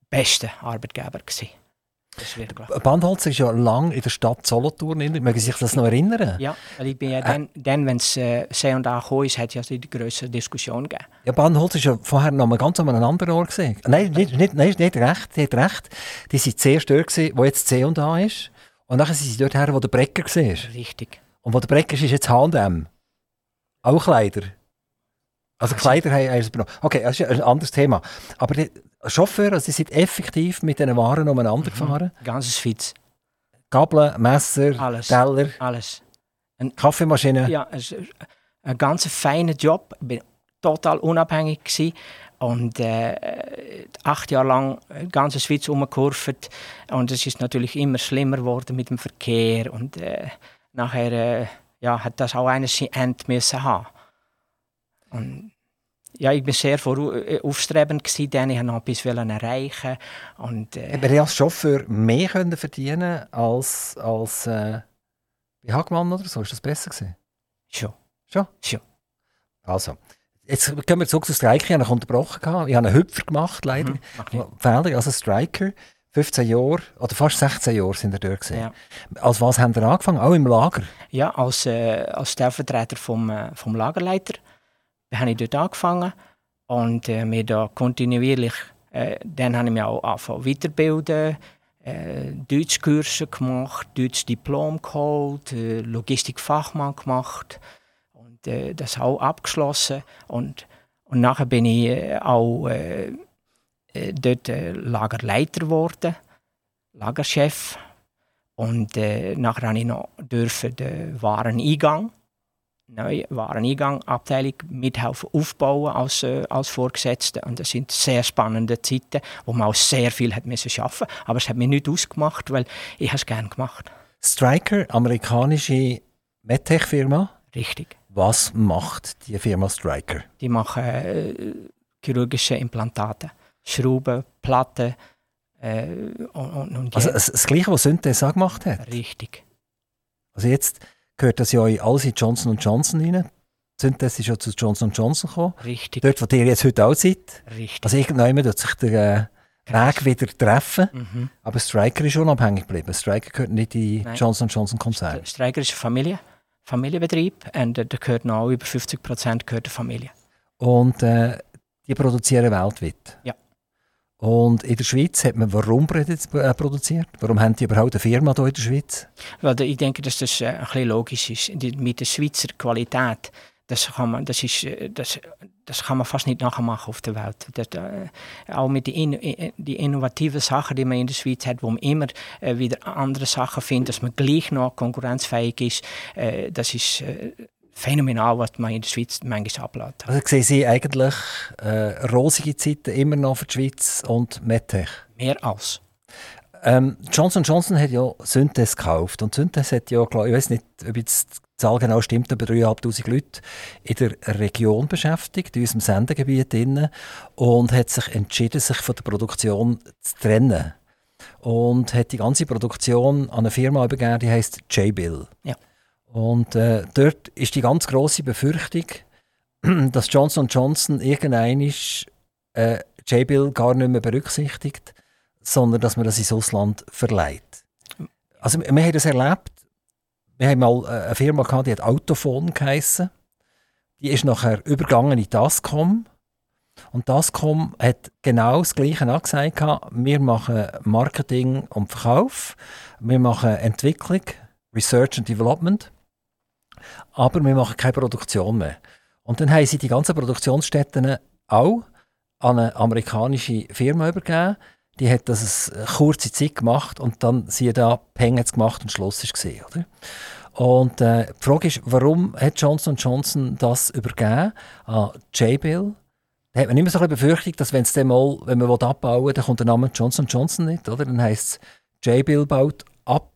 B: besten Arbeitgeber gewesen. Das ist wirklich.
A: Eh, Bahnholzer ist ja lang in der Stadt Solothurn. drin. Mögen Sie sich das noch erinnern?
B: Ja, weil ich bin ja dann, dann wenn es äh, C und A gekommen ist, hat ja die größere Diskussion gegeben.
A: Ja, Bahnholz ist ja vorher noch mal ganz an einem anderen Ort gesehen. Nein, nicht, nicht, nein, ist nicht recht, nicht recht. Die sind zuerst dort gewesen, wo jetzt C und A ist. Und nachher sind sie dort her, wo der Brecker war.
B: Richtig.
A: Und wo der Brecker ist, ist jetzt H&M. Auch Kleider. Also Kleider haben haben sie benommen. Okay, das ist ja ein anderes Thema. Aber die Chauffeure, also sie sind effektiv mit diesen Waren umeinander gefahren.
B: Ganzes Fiz.
A: Gabeln, Messer,
B: Alles.
A: Teller,
B: Alles.
A: Kaffeemaschine.
B: Ah, Ja, es ist ein ganz feiner Job. Ich bin total unabhängig gewesen. und äh, acht Jahre lang die ganze Schweiz umgekurvt und es ist natürlich immer schlimmer geworden mit dem Verkehr und äh, nachher äh, ja, hat das auch eines End müssen haben. Und ja, ich bin sehr voru- äh, aufstrebend gewesen, denn ich wollte noch etwas wollen erreichen und äh,
A: Hätte man als Chauffeur mehr können verdienen als, als äh, bei Hagmann oder so? Ist das besser gewesen?
B: schon.
A: Also, jetzt gehen wir zurück zu Striker. Ich habe ihn unterbrochen. gehabt. Ich habe einen Hüpfer gemacht, leider.
B: Hm, macht nichts.
A: Fehler, also Striker. 15 Jahre oder fast 16 Jahre sind er dort. gewesen.
B: Ja.
A: Als was haben wir angefangen? Auch im Lager.
B: Ja, als, äh, als Stellvertreter vom, äh, vom Lagerleiter habe ich dort angefangen und äh, mir da kontinuierlich, äh, dann habe ich mich auch angefangen weiterbilden, äh, Deutschkurse gemacht, Deutsch Diplom geholt, äh, Logistikfachmann gemacht und äh, das auch abgeschlossen und, und nachher bin ich äh, auch äh, äh, dort äh, Lagerleiter geworden, Lagerchef. Und äh, nachher habe ich noch dürfen den Wareneingang, neue Wareneingangabteilung mithelfen aufbauen als, äh, als Vorgesetzte. Und das sind sehr spannende Zeiten, wo man auch sehr viel hat müssen schaffen. Aber es hat mir nicht ausgemacht, weil ich habe es gerne gemacht.
A: Striker, amerikanische Medtech-Firma.
B: Richtig.
A: Was macht die Firma Striker?
B: Die machen äh, chirurgische Implantate, Schrauben, Platten äh, und, und, und
A: Also, das, das Gleiche, was Synthesa gemacht hat.
B: richtig.
A: Also jetzt gehört das ja in alles in Johnson Johnson rein. Synthese ist ja zu Johnson Johnson gekommen.
B: Richtig,
A: Dort, wo ihr jetzt heute auch seid.
B: richtig.
A: Also irgendwann wird sich der äh, Weg wieder treffen.
B: Mhm.
A: Aber Striker ist unabhängig geblieben. Striker gehört nicht in
B: Nein.
A: Johnson Johnson Konzern.
B: Der Streiger ist eine Familie, Familienbetrieb und äh, da gehört noch über 50 Prozent gehört der Familie.
A: Und äh, die produzieren weltweit.
B: Ja.
A: Und in der Schweiz hat man warum produ- äh, produziert? Warum haben die überhaupt eine Firma hier in der Schweiz?
B: Weil da- ich denke, dass das äh, ein bisschen logisch ist. Die, mit der Schweizer Qualität, das kann man, das ist, äh, das, das kann man fast nicht nachmachen auf der Welt. Das, äh, auch mit den in, in, die innovativen Sachen, die man in der Schweiz hat, wo man immer äh, wieder andere Sachen findet, dass man gleich noch konkurrenzfähig ist, äh, das ist äh, phänomenal, was man in der Schweiz manchmal abläuft.
A: Also sehen Sie eigentlich äh, rosige Zeiten immer noch für die Schweiz und Medtech?
B: Mehr als.
A: Ähm, Johnson Johnson hat ja Synthes gekauft und Synthes hat ja, glaub, ich weiß nicht, ob jetzt die Zahl genau stimmt, aber 3'500 Leute in der Region beschäftigt, in unserem Sendegebiet innen und hat sich entschieden, sich von der Produktion zu trennen und hat die ganze Produktion an eine Firma übergeben, die heißt J-Bill.
B: Ja.
A: Und äh, dort ist die ganz große Befürchtung, dass Johnson Johnson irgendein äh, J-Bill gar nicht mehr berücksichtigt sondern dass man das ins Ausland verleiht. Also wir wir haben das erlebt. Wir haben mal äh, eine Firma gehabt, die hat Autophon geheissen. Die ist nachher übergegangen in Tascom. Und Tascom hat genau das Gleiche angesagt. gehabt. Wir machen Marketing und Verkauf. Wir machen Entwicklung, Research and Development. Aber wir machen keine Produktion mehr. Und dann haben sie die ganzen Produktionsstätten auch an eine amerikanische Firma übergeben die hat das eine kurze Zeit gemacht und dann sie da Peng gemacht und Schluss ist gesehen, oder? Und äh, die Frage ist, warum hat Johnson Johnson das übergeben an J-Bill? Da hat man immer so ein bisschen Befürchtung, dass wenn's dann mal, wenn man will abbauen will, dann kommt der Name Johnson Johnson nicht, oder? Dann heisst es, J-Bill baut ab.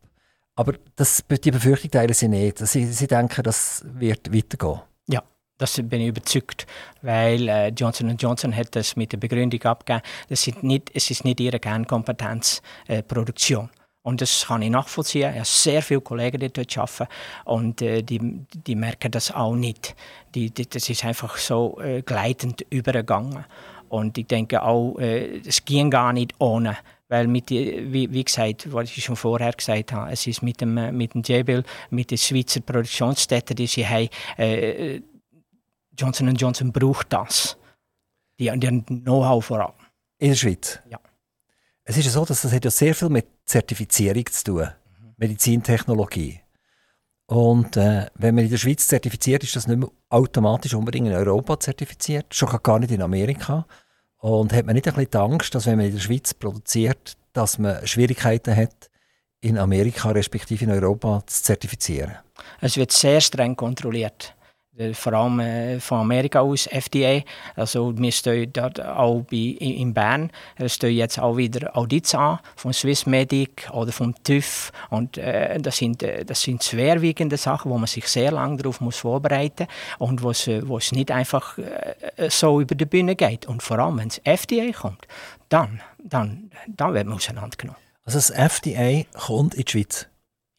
A: Aber das, die Befürchtung teilen sie nicht. Sie, sie denken, das wird weitergehen.
B: Ja, das bin ich überzeugt, weil äh, Johnson Johnson dus hat das mit der Begründung abgegeben, das sind nicht, es ist nicht ihre Kernkompetenz, äh, Produktion. Und das kann ich nachvollziehen. Ich habe sehr viele Kollegen, die dort arbeiten und äh, die, die merken das auch nicht. Die, die, das ist einfach so äh, gleitend übergegangen. Und ich denke auch, äh, es ging gar nicht ohne. Weil, mit, die- wie, wie gesagt, was ich schon vorher gesagt habe, es ist mit dem, äh, mit dem Jabil, mit den Schweizer Produktionsstätten, die sie haben, äh, Johnson Johnson braucht das. Die, die haben Know-how vor allem.
A: In der Schweiz?
B: Ja.
A: Es ist ja so, dass das hat ja sehr viel mit Zertifizierung zu tun Medizintechnologie. Und äh, wenn man in der Schweiz zertifiziert, ist das nicht mehr automatisch unbedingt in Europa zertifiziert, schon gar nicht in Amerika. Und hat man nicht ein bisschen die Angst, dass wenn man in der Schweiz produziert, dass man Schwierigkeiten hat, in Amerika respektive in Europa zu zertifizieren?
B: Es wird sehr streng kontrolliert. Eh, Vooral eh, van Amerika aus, FDA. Also, wir stehen dort auch bei, in in Bern, eh, stehen jetzt auch wieder Audits an, von Swissmedic oder vom TÜV. Und äh, das, sind, eh, das sind schwerwiegende Sachen, wo man sich sehr lange darauf muss vorbereiten muss und wo es, eh, wo es nicht einfach eh, so über die Bühne geht. Und vor allem, wenn es FDA kommt, dann, dann, dann wird man auseinandergenommen.
A: Also das FDA kommt in die Schweiz.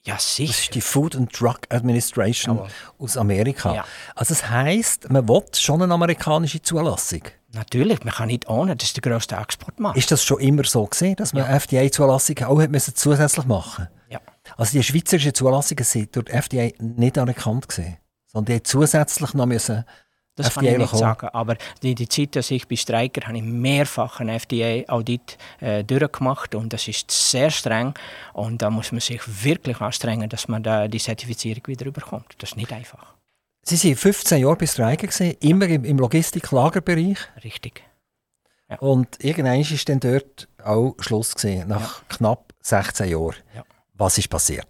B: Ja,
A: Das
B: sicher.
A: ist die Food and Drug Administration
B: Jawohl.
A: aus Amerika.
B: Ja.
A: Also das heißt, man will schon eine amerikanische Zulassung.
B: Natürlich, man kann nicht ohne, das ist der grösste Exportmarkt.
A: Ist das schon immer so gesehen, dass man FDA-Zulassungen auch hat müssen zusätzlich machen?
B: Ja.
A: Also die schweizerischen Zulassungen sind durch die FDA nicht anerkannt gesehen, sondern die haben zusätzlich noch müssen.
B: Das kann ich
A: FDA
B: nicht
A: bekommen.
B: sagen, aber die, die Zeit, dass ich bei Streiker, habe ich mehrfach einen FDA-Audit äh, durchgemacht und das ist sehr streng und da muss man sich wirklich anstrengen, dass man da die Zertifizierung wieder bekommt. Das ist nicht einfach.
A: Sie sind 15 Jahre bis Streiken gesehen, immer im, im Logistik-Lagerbereich
B: Richtig.
A: und irgendwann ist dann dort auch Schluss gesehen nach knapp 16 Jahren.
B: Ja.
A: Was ist passiert?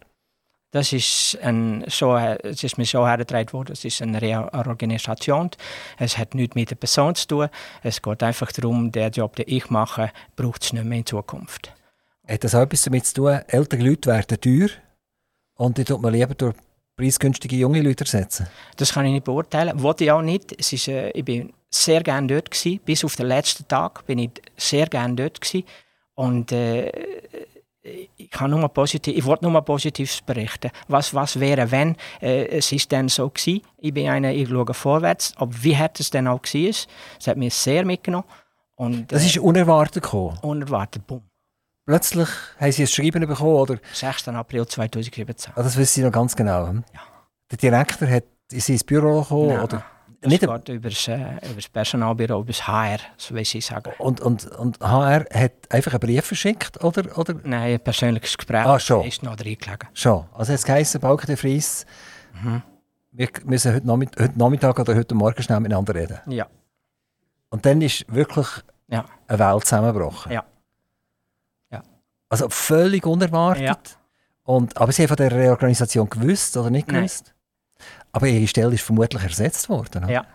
B: Das ist, ein, so, es ist mir so hergetragen worden, es ist eine Reorganisation. Es hat nichts mit der Person zu tun. Es geht einfach darum, der Job, den ich mache, braucht es nicht mehr in Zukunft.
A: Hat das auch etwas damit zu tun, ältere Leute werden teuer und die tut man lieber durch preisgünstige junge Leute ersetzen?
B: Das kann ich nicht beurteilen. Wollte ich auch nicht. Es ist, äh, ich bin sehr gerne dort gewesen. Bis auf den letzten Tag bin ich sehr gerne dort gewesen. Und äh, ich kann nur mal positiv, ich wollte nur mal Positives berichten. Was, was wäre, wenn? Äh, es ist dann so gewesen. Ich bin einer, ich schaue vorwärts. Aber wie hart es denn auch gewesen ist, es hat mich sehr mitgenommen. Und
A: Das
B: äh,
A: ist unerwartet gekommen.
B: unerwartet. Boom.
A: Plötzlich haben sie ein Schreiben bekommen oder
B: 6. April 2017.
A: Ah, das wissen Sie noch ganz genau. hm?
B: Ja.
A: Der Direktor hat ist ins Büro gekommen
B: Nein,
A: oder
B: Das
A: nicht
B: geht über das, äh, über das Personalbüro, über das HR, so wie sie sagen.
A: und, und, und HR hat einfach einen Brief verschickt oder, oder
B: Nein, ein persönliches Gespräch
A: Ah, schon.
B: ist noch reingelegen.
A: schon. Also es geheißen, Balken der Fries,
B: Mhm.
A: wir müssen heute, Nachmitt heute Nachmittag oder heute Morgen schnell miteinander reden.
B: Ja,
A: Und dann ist wirklich
B: ja,
A: eine Welt zusammengebrochen.
B: Ja. Ja.
A: Also völlig unerwartet.
B: Ja.
A: Und, aber Sie haben von der Reorganisation gewusst oder nicht
B: Nein.
A: gewusst? Aber Ihre Stelle ist vermutlich ersetzt worden. oder?
B: ja.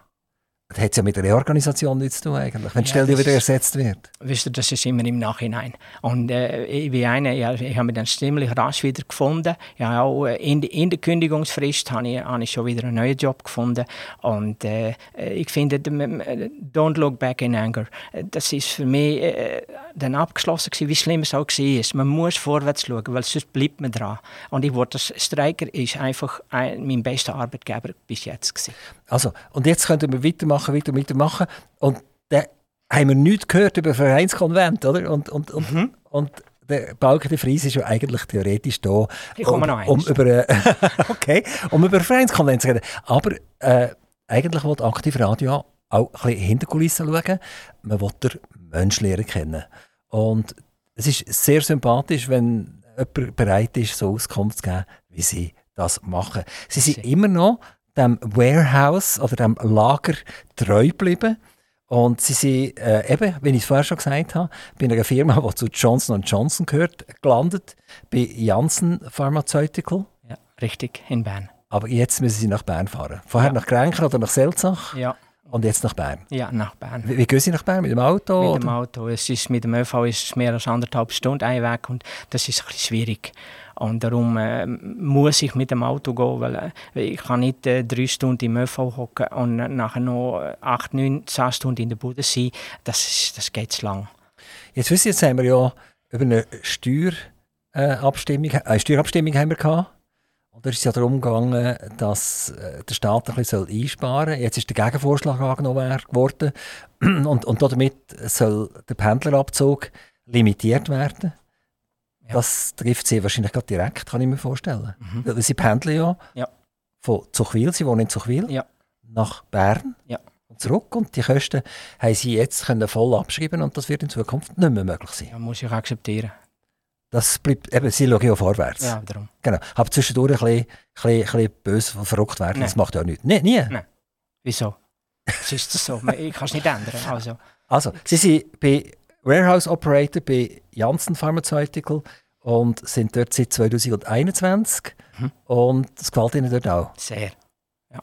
A: Das hat ja mit der Reorganisation nichts zu tun eigentlich, wenn die
B: Ja,
A: Stelle
B: das
A: wieder
B: ist-
A: ersetzt wird.
B: Wisst ihr, das ist immer im Nachhinein. Und äh, ich bin einer, ja, ich habe mich dann ziemlich rasch wieder gefunden. Ja, auch äh, in, in der Kündigungsfrist habe ich, habe ich schon wieder einen neuen Job gefunden. Und äh, äh, ich finde, dem- äh, don't look back in anger. Äh, Das ist für mich äh, dann abgeschlossen gewesen, wie schlimm es auch war. Man muss vorwärts schauen, weil sonst bleibt man dran. Und ich wurde, das Streiker ist einfach eh, ein, mein bester Arbeitgeber bis jetzt gewesen.
A: Also, und jetzt könnten wir weitermachen, weiter, weitermachen. Und dann haben wir nichts gehört über Vereinskonvent, oder? Und, und, und,
B: Mhm.
A: und der Balken der Fries ist ja eigentlich theoretisch da,
B: Ich
A: um,
B: komme noch eins.
A: um, über, äh, okay, um über Vereinskonvent zu reden. Aber äh, eigentlich will Aktiv Radio auch ein bisschen hinter die Kulissen schauen. Man will den Menschen lernen kennen. Und es ist sehr sympathisch, wenn jemand bereit ist, so Auskunft zu geben, wie sie das machen. Sie sind
B: Sehr.
A: immer noch dem Warehouse oder dem Lager treu geblieben Und sie sind äh, eben, wie ich es vorher schon gesagt habe, bei einer Firma, die zu Johnson Johnson gehört, gelandet, bei Janssen Pharmaceutical.
B: Ja, richtig, in Bern.
A: Aber jetzt müssen sie nach Bern fahren. Vorher nach Grenchen oder nach Selzach
B: Ja,
A: und jetzt nach Bern.
B: ja nach Bern.
A: Wie, wie gehen Sie nach Bern? Mit dem Auto?
B: Mit dem
A: oder?
B: Auto. Es ist, mit dem ÖV ist es mehr als anderthalb Stunden ein Weg und das ist ein bisschen schwierig. Und darum äh, muss ich mit dem Auto gehen, weil äh, weil ich kann nicht äh, drei Stunden im ÖV hocken und äh, nachher noch äh, acht, neun, zehn Stunden in der Bude sein. Das, ist, das geht zu lang.
A: Jetzt wissen Sie, jetzt haben wir ja über eine Steuerabstimmung, äh, Steuerabstimmung haben wir gehabt. Und da ist es ja darum gegangen, dass äh, der Staat ein bisschen soll einsparen soll. Jetzt ist der Gegenvorschlag angenommen worden. Und, und damit soll der Pendlerabzug limitiert werden.
B: Ja.
A: Das trifft Sie wahrscheinlich gerade direkt, kann ich mir vorstellen.
B: Mhm.
A: Weil Sie pendeln ja,
B: Ja.
A: von Zuchwil, Sie wohnen in Zuchwil,
B: Ja.
A: nach Bern
B: Ja.
A: und zurück. Und die Kosten haben Sie jetzt können voll abschreiben und das wird in Zukunft nicht mehr möglich sein.
B: Ja, muss ich akzeptieren.
A: Das bleibt, eben, sie schauen ja vorwärts.
B: Ja, darum.
A: Genau. Aber zwischendurch ein bisschen, ein bisschen, ein bisschen böse und verrückt werden,
B: Nein.
A: das macht ja nichts. Nee, nie.
B: Nein. Wieso? Es ist so. Man- Ich kann es nicht ändern. Also,
A: Also, sie sind bei Warehouse Operator bei Janssen Pharmaceutical und sind dort seit 2021
B: Mhm.
A: und das gefällt ihnen dort auch.
B: sehr. Ja.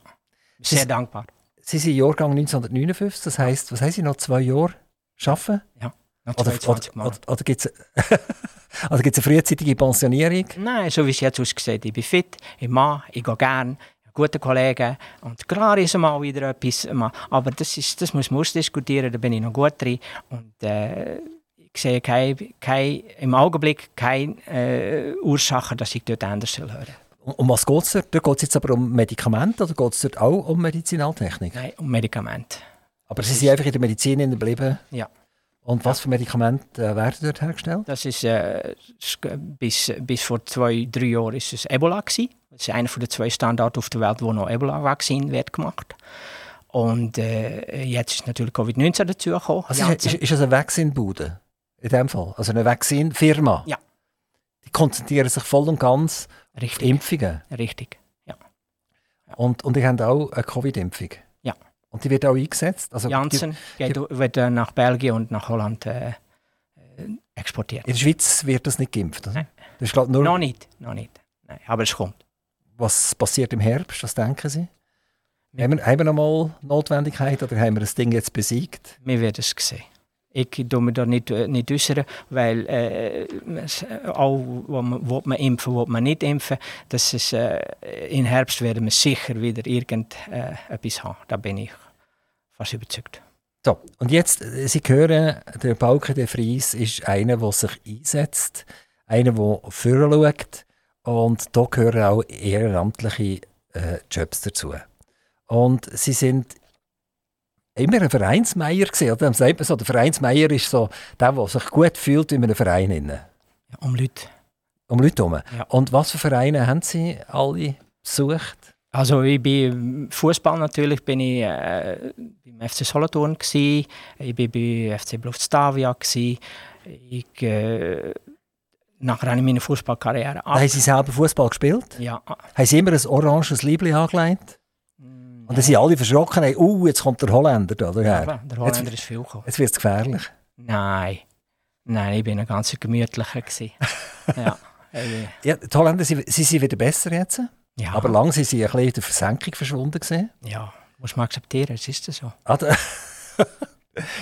B: Sehr
A: Ist-
B: dankbar.
A: Sie sind Jahrgang 1959, das heisst, was heisst sie, noch zwei Jahre arbeiten?
B: Noch
A: Oder,
B: 22
A: oder,
B: Mal.
A: oder, oder gibt es eine frühzeitige Pensionierung?
B: Nein, so wie es jetzt aussieht. Ich bin fit, ich mache, ich gehe gerne, gute Kollegen. Und klar ist mal wieder etwas. mal- Aber das, ist, das muss man ausdiskutieren, da bin ich noch gut drin. Und äh, ich sehe kein, kein, im Augenblick keine äh, Ursache, dass ich dort anders soll hören
A: Um, um was geht es dort? Dort geht es jetzt aber um Medikamente oder geht es dort auch um Medizinaltechnik?
B: Nein, um Medikamente.
A: Aber sie sind einfach in der Medizin geblieben.
B: Ja.
A: Und was für Medikamente äh, werden dort hergestellt?
B: Das ist äh, s- bis, bis vor zwei, drei Jahren ist es Ebola gewesen. Das ist einer von den zwei Standorte auf der Welt, wo noch Ebola-Vakzin wird gemacht. Und äh, jetzt ist natürlich Covid-19 dazugekommen.
A: Also ist,
B: Janssen.
A: ist, ist das eine Vaccine-Bude? In dem Fall? Also eine Vaccine-Firma?
B: Ja.
A: Die konzentrieren sich voll und ganz auf
B: Richtig,
A: Impfungen.
B: richtig.
A: Und, und die haben auch eine Covid-Impfung.
B: Ja.
A: Und die wird auch eingesetzt? Also die-
B: Janssen geht, wird äh, nach Belgien und nach Holland äh, äh, exportiert.
A: In der Schweiz wird das nicht geimpft. Oder?
B: Nein.
A: Das ist gerade nur,
B: Noch nicht, noch nicht. Nein, aber es kommt.
A: was passiert im Herbst, was denken Sie?
B: Nicht.
A: Haben wir, haben wir noch mal Notwendigkeit oder haben wir das Ding jetzt besiegt?
B: Wir werden es sehen. Ich tue mir da nicht, äh, nicht äußern, weil äh, es, äh, auch, wo man, wo man impfen, wo man nicht impfen, das ist, äh, im Herbst werden wir sicher wieder irgendetwas haben. Da bin ich fast überzeugt.
A: So, und jetzt, äh, Sie hören, der Balken der Fries ist einer, der sich einsetzt, einer, der vorne schaut. Und da gehören auch ehrenamtliche äh, Jobs dazu. Und Sie sind immer ein Vereinsmeier gewesen, oder? Dann sagt man so, der Vereinsmeier ist so der, der sich gut fühlt in einem Verein, innen,
B: Ja, um Leute.
A: um Leute herum.
B: Ja.
A: Und was für Vereine haben Sie alle besucht?
B: Also mm, ich bin Fußball natürlich bin ich äh, beim FC Solothurn gsi, ich bin bei FC Bluffstavia gsi. Ich äh, nachher habe ich meine Fußballkarriere ab.
A: Haben Sie selber Fußball gespielt?
B: Ja. ah,
A: Haben Sie immer ein oranges Liebling angelegt? Und dann sind alle verschrocken, hey, uh, jetzt kommt der Holländer da daher.
B: Aber der Holländer ist viel gekommen.
A: Jetzt wird es gefährlich.
B: Nein. Nein, ich bin ein ganz gemütlicher gsi. ja. eh. Ich-
A: Ja, die Holländer, sie, sie sind wieder besser jetzt,
B: ja.
A: aber lang sind sie ein bisschen in der Versenkung verschwunden gewesen.
B: ja, muss man akzeptieren, es ist so.
A: Ah, da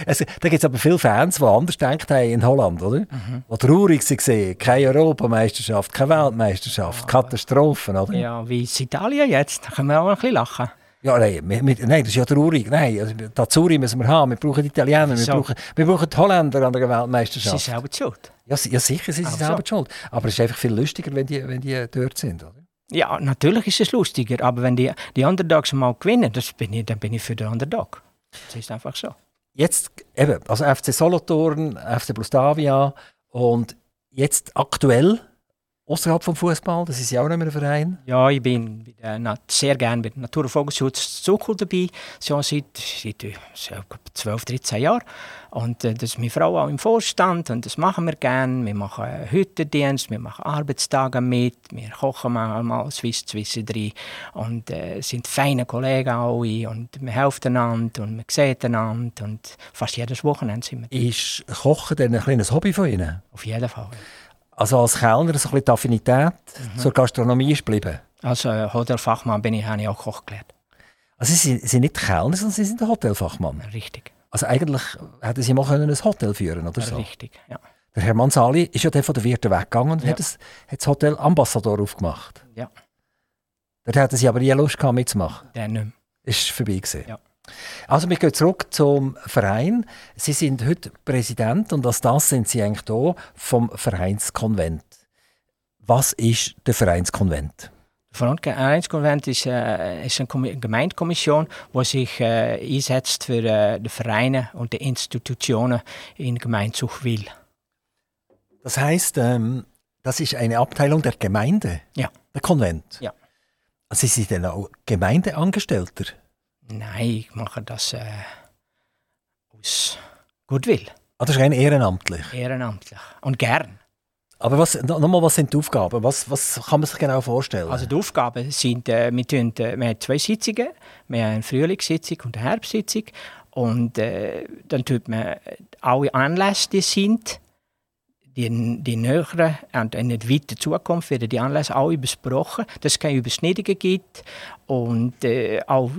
A: es, da gibt es aber viele Fans, die anders gedacht haben in Holland, oder? Die traurig waren, keine Europameisterschaft, keine Weltmeisterschaft, Katastrophen, oder? Ja,
B: Ja, wie in Italien jetzt, da können wir auch ein bisschen lachen.
A: nein, mit, mit, nein, das ist ja traurig. Nein, also, die Azzurri müssen wir haben, wir brauchen die Italiener, wir,
B: So.
A: brauchen, wir brauchen die Holländer an der
B: Sie sind
A: Weltmeisterschaft.
B: selber die schuld.
A: Ja, si- ja, sicher sind sie
B: Ach so.
A: selber die schuld. Aber es ist einfach viel lustiger, wenn die, wenn die dort sind, oder?
B: Ja, natürlich ist es lustiger, aber wenn die, die Underdogs mal gewinnen, das bin ich, dann bin ich für den Underdog. Das ist einfach so.
A: Jetzt eben, also FC Solothurn, FC Blustavia und jetzt aktuell außerhalb vom Fußball? Das ist ja auch nicht mehr ein Verein.
B: Ja, ich bin bei der Na- sehr gerne bei der Natur- und Vogelschutz Zukunft dabei, schon seit, seit äh, so etwa 12, 13 Jahren. Und äh, das ist meine Frau auch im Vorstand und das machen wir gerne. Wir machen äh, Hüttendienst, wir machen Arbeitstage mit, wir kochen mal, mal Swiss zwischen drei und äh, sind feine Kollegen alle und wir helfen einander und wir sehen einander und fast jedes Wochenende sind wir
A: Ist Kochen dann ein kleines Hobby von Ihnen?
B: auf jeden Fall.
A: Also als Kellner so ein bisschen die Affinität zur Gastronomie ist geblieben?
B: Als äh, Hotelfachmann bin ich, habe ich auch Koch gelernt.
A: Also Sie sind, Sie sind nicht Kellner, sondern Sie sind ein Hotelfachmann.
B: Richtig,
A: Also eigentlich hätten Sie mal können ein Hotel führen oder so.
B: richtig, ja.
A: Der Herr Mansali ist ja der von der Wirte weggegangen und
B: Ja.
A: hat, das, hat das Hotel Ambassador aufgemacht.
B: Ja.
A: Dort hätten Sie aber nie Lust gehabt mitzumachen.
B: Der nicht mehr.
A: ist vorbei gewesen.
B: Ja.
A: Also wir gehen zurück zum Verein. Sie sind heute Präsident und als das sind Sie eigentlich hier vom Vereinskonvent. Was ist der Vereinskonvent?
B: Vereinskonvent ist, äh, ist een commi- Gemeindekommission, die sich äh, einsetzt für äh, de Vereine und die Institutionen in Gemeinde Zuchwil.
A: Das heißt, ähm, das ist eine Abteilung der Gemeinde.
B: Ja.
A: Der Konvent. Also,
B: Ja.
A: Sie sind dann auch Gemeindeangestellter.
B: Nein, ich mache das äh, aus Goodwill,
A: Ah, das ist rein ehrenamtlich.
B: ehrenamtlich und gern.
A: Aber was, no- nochmal, was sind die Aufgaben? Was, was kann man sich genau vorstellen?
B: Also die Aufgaben sind, äh, wir, tun, äh, wir haben zwei Sitzungen, wir haben eine Frühlingssitzung und eine Herbstsitzung und äh, dann tut man alle Anlässe, die sind, die, die näheren und in der weiteren Zukunft werden die Anlässe alle besprochen, dass es keine Überschneidungen gibt und äh, auch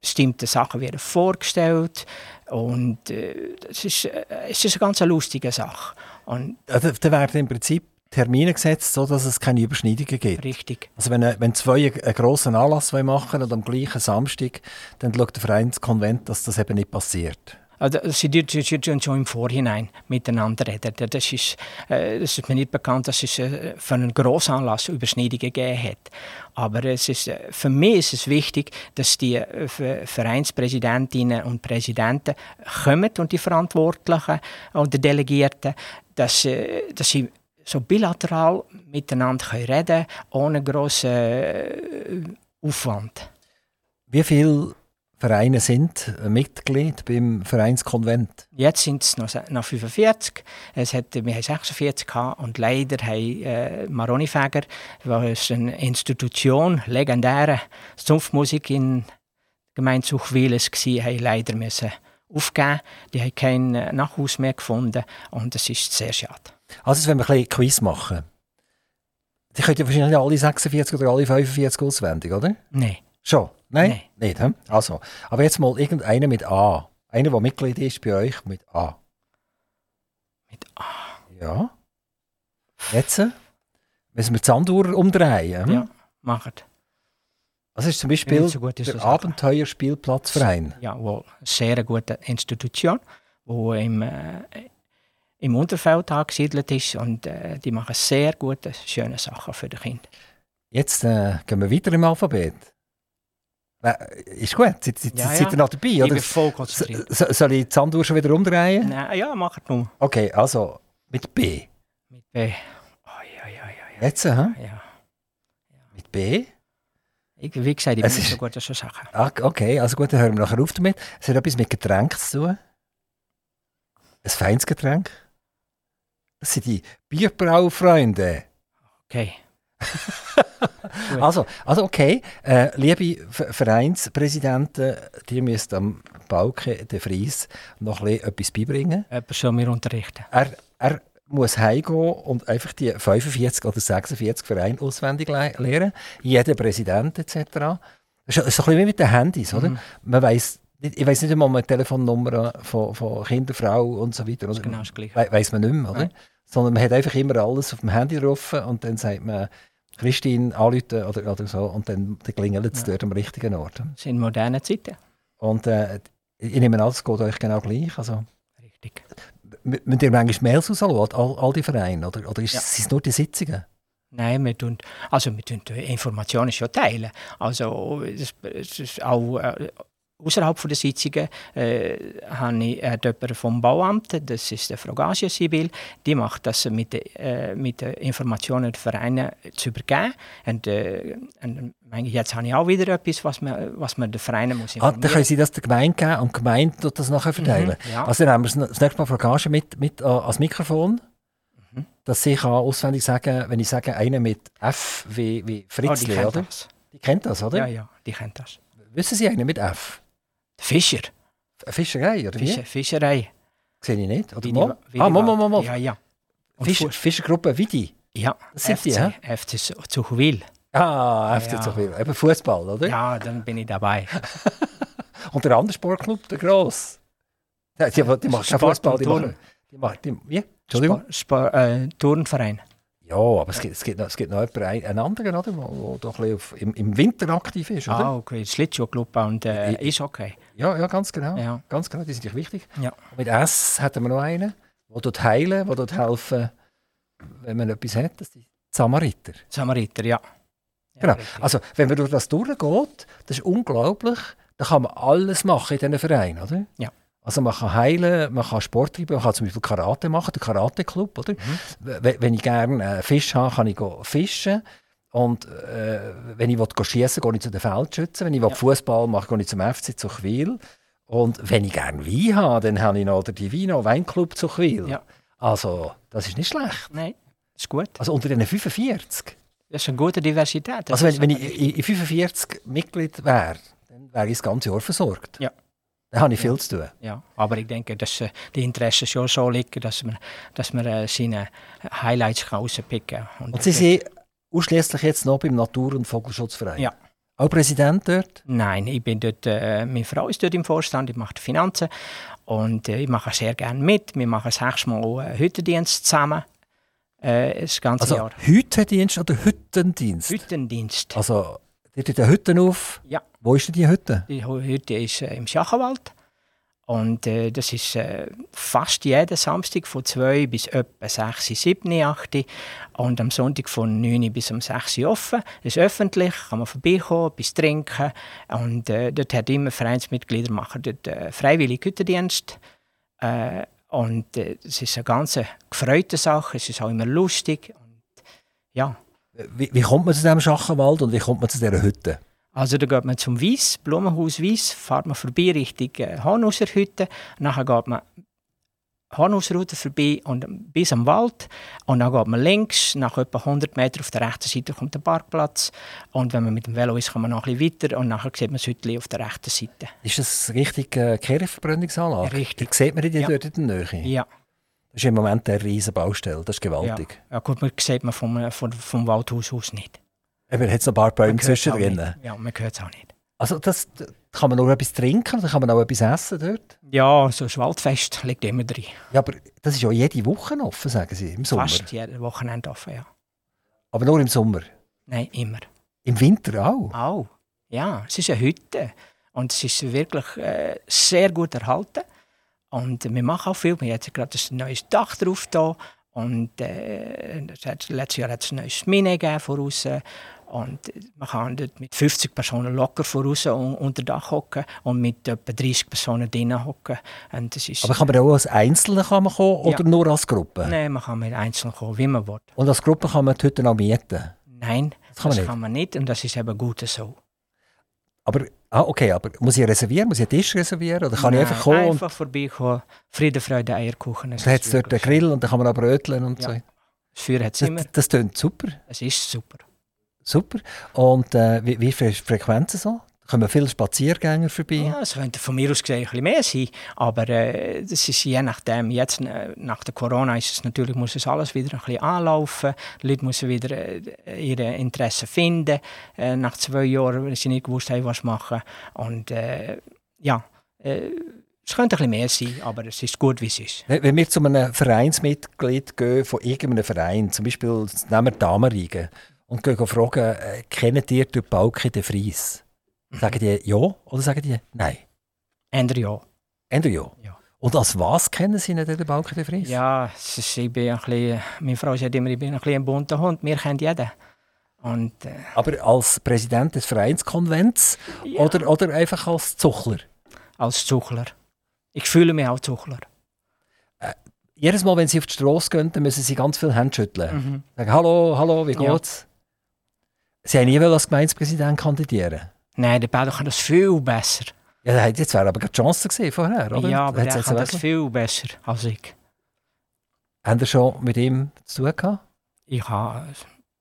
B: bestimmte Sachen werden vorgestellt und äh, es, ist, äh, es ist eine ganz lustige Sache und
A: Ja, Also, da, da werden im Prinzip Termine gesetzt, sodass es keine Überschneidungen gibt.
B: richtig.
A: Also wenn, äh, wenn zwei einen einen grossen Anlass wollen machen und am gleichen Samstag, dann schaut der Vereinskonvent, dass das eben nicht passiert.
B: Also, sie tun- sie sie tun schon im Vorhinein miteinander reden. Da- Das ist, äh, das ist mir nicht bekannt, dass es äh, für einen Grossanlass Überschneidungen gegeben hat. Aber es ist, äh, für mich ist es wichtig, dass die äh, Ver- Vereinspräsidentinnen und Präsidenten kommen und die Verantwortlichen und die Delegierten, dass, äh, dass sie so bilateral miteinander können reden ohne grossen äh, Aufwand.
A: Wie viele Vereine sind Mitglied beim Vereinskonvent?
B: Jetzt sind es noch, se- noch 45. Es hat, wir haben 46 gehabt und leider haben äh, Maronifäger, was eine Institution, legendäre Sumpfmusik in der Gemeinde Suchwil war, haben leider müssen aufgeben. Die haben keinen äh, Nachhaus mehr gefunden und das ist sehr schade.
A: Also wenn wir ein bisschen Quiz machen. Die können ja wahrscheinlich nicht alle 46 oder alle 45 auswendig, oder?
B: Nein,
A: Schon? Nein?
B: Nein.
A: Nicht, hm? Also, aber jetzt mal irgendeiner mit A. Einer, der Mitglied ist bei euch, mit A.
B: mit A.
A: Ja. Jetzt äh, müssen wir die Sanduhr umdrehen. Hm?
B: Ja, machen.
A: Was ist zum
B: Bin
A: Beispiel
B: nicht so gut ist
A: der
B: das auch.
A: Abenteuerspielplatzverein?
B: Jawohl, sehr gute Institution, die im, äh, im Unterfeld angesiedelt ist und äh, die machen sehr gute, schöne Sachen für die Kinder.
A: Jetzt äh, gehen wir weiter im Alphabet. Äh, ist gut, seid, seid,
B: Ja,
A: seid
B: ja.
A: ihr noch dabei?
B: Ja, ich
A: Oder?
B: bin voll
A: So,
B: konzentriert.
A: so- soll ich die Sanduhr schon wieder umdrehen?
B: Nein, Äh, ja, mach es nur.
A: Okay, also mit B.
B: Mit B. Oi, oi, oi,
A: Jetzt, hä?
B: oi, ja.
A: mit B.
B: Ich, wie gesagt, ich bin
A: Es
B: nicht
A: ist-
B: so gut an so Sachen.
A: Ah, okay, also gut, dann hören wir nachher auf damit. Es hat etwas mit Getränk zu tun. Ein feines Getränk. Das sind die Bierbraufreunde.
B: Okay. Gut.
A: Also, also okay, äh, liebe Ver- Vereinspräsidenten, ihr müsst am Balken, der Fries, noch ein bisschen etwas beibringen.
B: Jemand soll mir unterrichten.
A: Er, er muss heimgehen und einfach die 45 oder 46 Vereine auswendig le- lernen. Jeder Präsident etc. Das ist so ein bisschen wie mit den Handys,
B: Mhm,
A: oder? Man weiss, nicht- ich weiß nicht einmal die Telefonnummer von, von Kinder, Frau und so weiter.
B: Genau das Gleiche.
A: Weiß man nicht mehr, oder?
B: Nein.
A: Sondern man hat einfach immer alles auf dem Handy drauf und dann sagt man, Christine anrufen oder, oder so und dann, dann klingelt es dort am richtigen Ort.
B: Das sind moderne Zeiten.
A: Und äh, ich nehme an, es geht euch genau gleich. Also,
B: Richtig.
A: M- Müsst ihr manchmal Mails rauslassen, all, all die Vereine? Oder, oder ist,
B: Ja.
A: sind es nur die Sitzungen?
B: Nein, wir tun, also wir tun die Informationen schon teilen. Also es, es ist auch äh, außerhalb von der Sitzungen äh, habe ich äh, jemanden vom Bauamt, das ist der Frau Gasia Sibyl, die macht das mit, den, äh, mit den Informationen der Vereine zu übergeben. Und, äh, und jetzt habe ich auch wieder etwas, was man, was man den Vereinen muss
A: Ah, dann können Sie das der Gemeinde geben und die Gemeinde tut das nachher verteilen.
B: Mhm, ja.
A: Also dann haben wir das- das nächste Mal Frau Gage mit, mit äh, ans Mikrofon,
B: Mhm.
A: dass sie kann auswendig sagen wenn ich sage, einer mit F wie, wie
B: Oh, die
A: Fritzli,
B: kennt
A: oder?
B: das.
A: Die kennt das, oder?
B: Ja, ja, die kennt das.
A: Wissen Sie einen mit F?
B: Fischer,
A: Eine Fischerei, oder wie?
B: Fischer Fischerei.
A: Sehe ich nicht. Oder
B: Wie
A: Mo?
B: die- wie
A: ah,
B: die
A: Mo, Mo,
B: Wald.
A: Mo, Mo.
B: Ja, ja. Und
A: Fisch,
B: Fuß-
A: Fischergruppe Widi.
B: Ja,
A: Das sind
B: FC,
A: die, hä?
B: FC Zuchwil.
A: Ah, FC
B: Ja.
A: zu viel. Eben Fußball, oder?
B: Ja, dann bin ich dabei.
A: Und der andere Sportclub, der Gross. Ja, Die, die, die machen keinen
B: Sport
A: Fußball,
B: und
A: die machen. Die machen die, wie? Entschuldigung.
B: Spor- Spor- äh, Turnverein.
A: Ja, aber es gibt, es gibt, noch, es gibt noch jemanden, ein- einen anderen, oder? Der doch ein bisschen auf, im, im Winter aktiv ist, oder?
B: Ah, okay. Schlittschuhclub und äh,
A: Ich-
B: Eishockey.
A: Ja, ja, ganz genau.
B: Ja.
A: Ganz genau, die sind natürlich wichtig.
B: Ja.
A: Und mit S hätten wir noch einen, der dort heilen, der dort helfen, wenn man etwas hat. Das sind die Samariter.
B: Samariter, ja. Ja,
A: Genau.
B: richtig.
A: Also, wenn man durch das durchgeht, das ist unglaublich, da kann man alles machen in diesen Verein, oder?
B: Ja.
A: Also man kann heilen, man kann Sport treiben, man kann zum Beispiel Karate machen, der Karate-Club, oder?
B: Mhm.
A: W- Wenn ich gerne äh, Fisch habe, kann ich go fischen. Und äh, wenn ich will go schiessen gehe ich zu den Feldschützen. Wenn ich will
B: Ja.
A: Fußball mache, gehe ich zum FC zu Quil. Und wenn ich gerne Wein habe, dann habe ich noch den Divino Weinclub zu Quil.
B: Ja.
A: Also, das ist nicht schlecht.
B: Nein, ist gut.
A: Also unter den 45.
B: Das ist eine gute Diversität. Das
A: Also wenn,
B: ist
A: wenn
B: aber-
A: ich in- in 45 Mitglied wäre, dann wäre ich das ganze Jahr versorgt.
B: Ja.
A: Dann habe ich viel zu tun.
B: Ja, aber ich denke, dass äh, die Interessen schon so liegen, dass man, dass man äh, seine Highlights kann rauspicken kann.
A: Und Sie sind ausschließlich jetzt noch beim Natur- und Vogelschutzverein?
B: Ja.
A: Auch Präsident dort?
B: Nein, ich bin dort, äh, meine Frau ist dort im Vorstand, ich mache die Finanzen und äh, ich mache sehr gerne mit. Wir machen sechsmal äh, Hüttendienst zusammen, äh, das ganze
A: Also
B: Jahr.
A: Hüttendienst oder Hüttendienst?
B: Hüttendienst.
A: Also, ihr tut eine Hütte auf.
B: Ja.
A: Wo ist denn die Hütte?
B: Die Hütte ist äh, im Schachenwald. Und äh, das ist äh, fast jeden Samstag von 2 bis etwa 6, 7, 8. Und am Sonntag von 9 bis um 6 Uhr offen. Ist öffentlich, kann man vorbeikommen, etwas trinken. Und äh, dort hat immer Vereinsmitglieder machen dort äh, freiwillig Güterdienst. Äh, und äh, es ist eine ganz gefreute Sache. Es ist auch immer lustig. Und, ja.
A: Wie, wie kommt man zu diesem Schachenwald und wie kommt man zu dieser Hütte?
B: Also da geht man zum Weiss, Blumenhaus Weiss, fährt man vorbei Richtung äh, Hornhauser Hütte, nachher geht man Hornhausroute vorbei und bis am Wald und dann geht man links, nach etwa 100 Meter auf der rechten Seite kommt der Parkplatz und wenn man mit dem Velo ist, kann man noch ein bisschen weiter und nachher sieht man das Hütchen auf der rechten Seite.
A: Ist das richtig äh, Kehrverbrennungsanlage?
B: Richtig.
A: Die sieht man die
B: Ja.
A: dort in der Nähe.
B: Ja,
A: Das ist im Moment eine riesen Baustelle, das ist
B: ja.
A: gewaltig.
B: ja gut, man sieht man vom, äh, vom, vom Waldhaus aus nicht.
A: Eben, hat es noch ein paar Bäume
B: Man hört's
A: zwischen
B: auch
A: drin.
B: nicht. Ja, man hört es auch nicht.
A: Also das, da kann man nur etwas trinken oder kann man auch etwas essen dort?
B: Ja, so ein Waldfest liegt immer drin.
A: Ja, aber das ist ja jede Woche offen, sagen sie, im Sommer.
B: Fast jedes Wochenende offen, ja.
A: Aber nur im Sommer.
B: Nein, immer.
A: Im Winter auch.
B: Auch. Ja, es ist eine Hütte. Und es ist wirklich äh, sehr gut erhalten. Und wir machen auch viel. Wir haben jetzt gerade ein neues Dach drauf da. Und äh, es hat, letztes Jahr hat es ein neues Mine gegeben voraus. Und äh, man kann dort mit 50 Personen locker voraus un- unter Dach hocken und mit etwa 30 Personen drinnen hocken. Und das ist.
A: Aber kann man auch als Einzelne kann man kommen oder nur als Gruppe?
B: Nein, man kann mit einzeln kommen, wie man will.
A: Und als Gruppe kann man die Hütte auch mieten.
B: Nein, das,
A: kann man nicht.
B: kann man nicht. Und das ist eben gut so.
A: Aber, ah, okay, aber muss ich reservieren? Muss ich einen Tisch reservieren? Oder kann ich
B: Nein,
A: einfach kommen und
B: Einfach vorbeikommen. Friede, Freude, Eierkuchen. Es
A: dann hat
B: ist
A: es dort einen
B: wirklich-
A: Grill und dann kann man auch bröteln und
B: Ja,
A: so.
B: Das Feuer hat es immer.
A: Das, das tönt super,
B: Es ist super.
A: super. Und äh, wie, wie viele Frequenzen so? Da kommen viele Spaziergänger vorbei.
B: Ja, es könnte von mir aus gesehen ein bisschen mehr sein, aber äh, das ist je nachdem. Jetzt äh, nach der Corona ist es natürlich, muss es alles wieder ein bisschen anlaufen. Die Leute müssen wieder äh, ihre Interessen finden. Äh, nach zwei Jahren, wenn sie nicht gewusst haben, was machen. Und äh, ja, äh, es könnte ein bisschen mehr sein, aber es ist gut, wie es ist.
A: Wenn wenn wir zu einem Vereinsmitglied gehen von irgendeinem Verein, zum Beispiel nehmen wir die Damerigen, und gehen fragen, äh, kennen ihr den Balken den Fries?
B: Mhm.
A: Sagen die ja oder sagen die nein?
B: Ändere ja.
A: Entweder ja.
B: Ja.
A: Und als was kennen sie denn den Balken den Fries?
B: Ja, es ist, ich bin ein bisschen, meine Frau sagt immer, ich bin ein bisschen ein bunter Hund. Wir kennen jeden. Und äh,
A: Aber als Präsident des Vereinskonvents
B: Ja.
A: oder, oder einfach als Zuchler?
B: als Zuchler. Ich fühle mich auch Zuchler.
A: Jedes Mal, wenn sie auf die Straße gehen, dann müssen sie ganz viel Hände schütteln. Sagen, hallo, hallo, wie
B: Mhm. Ja.
A: geht's? Sie haben nie wollen als Gemeindepräsident kandidieren
B: Nein, der Pedro kann das viel dus besser.
A: Ja, das hätte- jetzt wäre aber gerade die Chance gesehen vorher, oder?
B: Ja, aber
A: Hätte
B: der
A: es
B: kann
A: jetzt
B: das
A: wirklich-
B: viel besser als ich.
A: Haben Sie schon mit ihm zu tun gehabt?
B: Ich habe,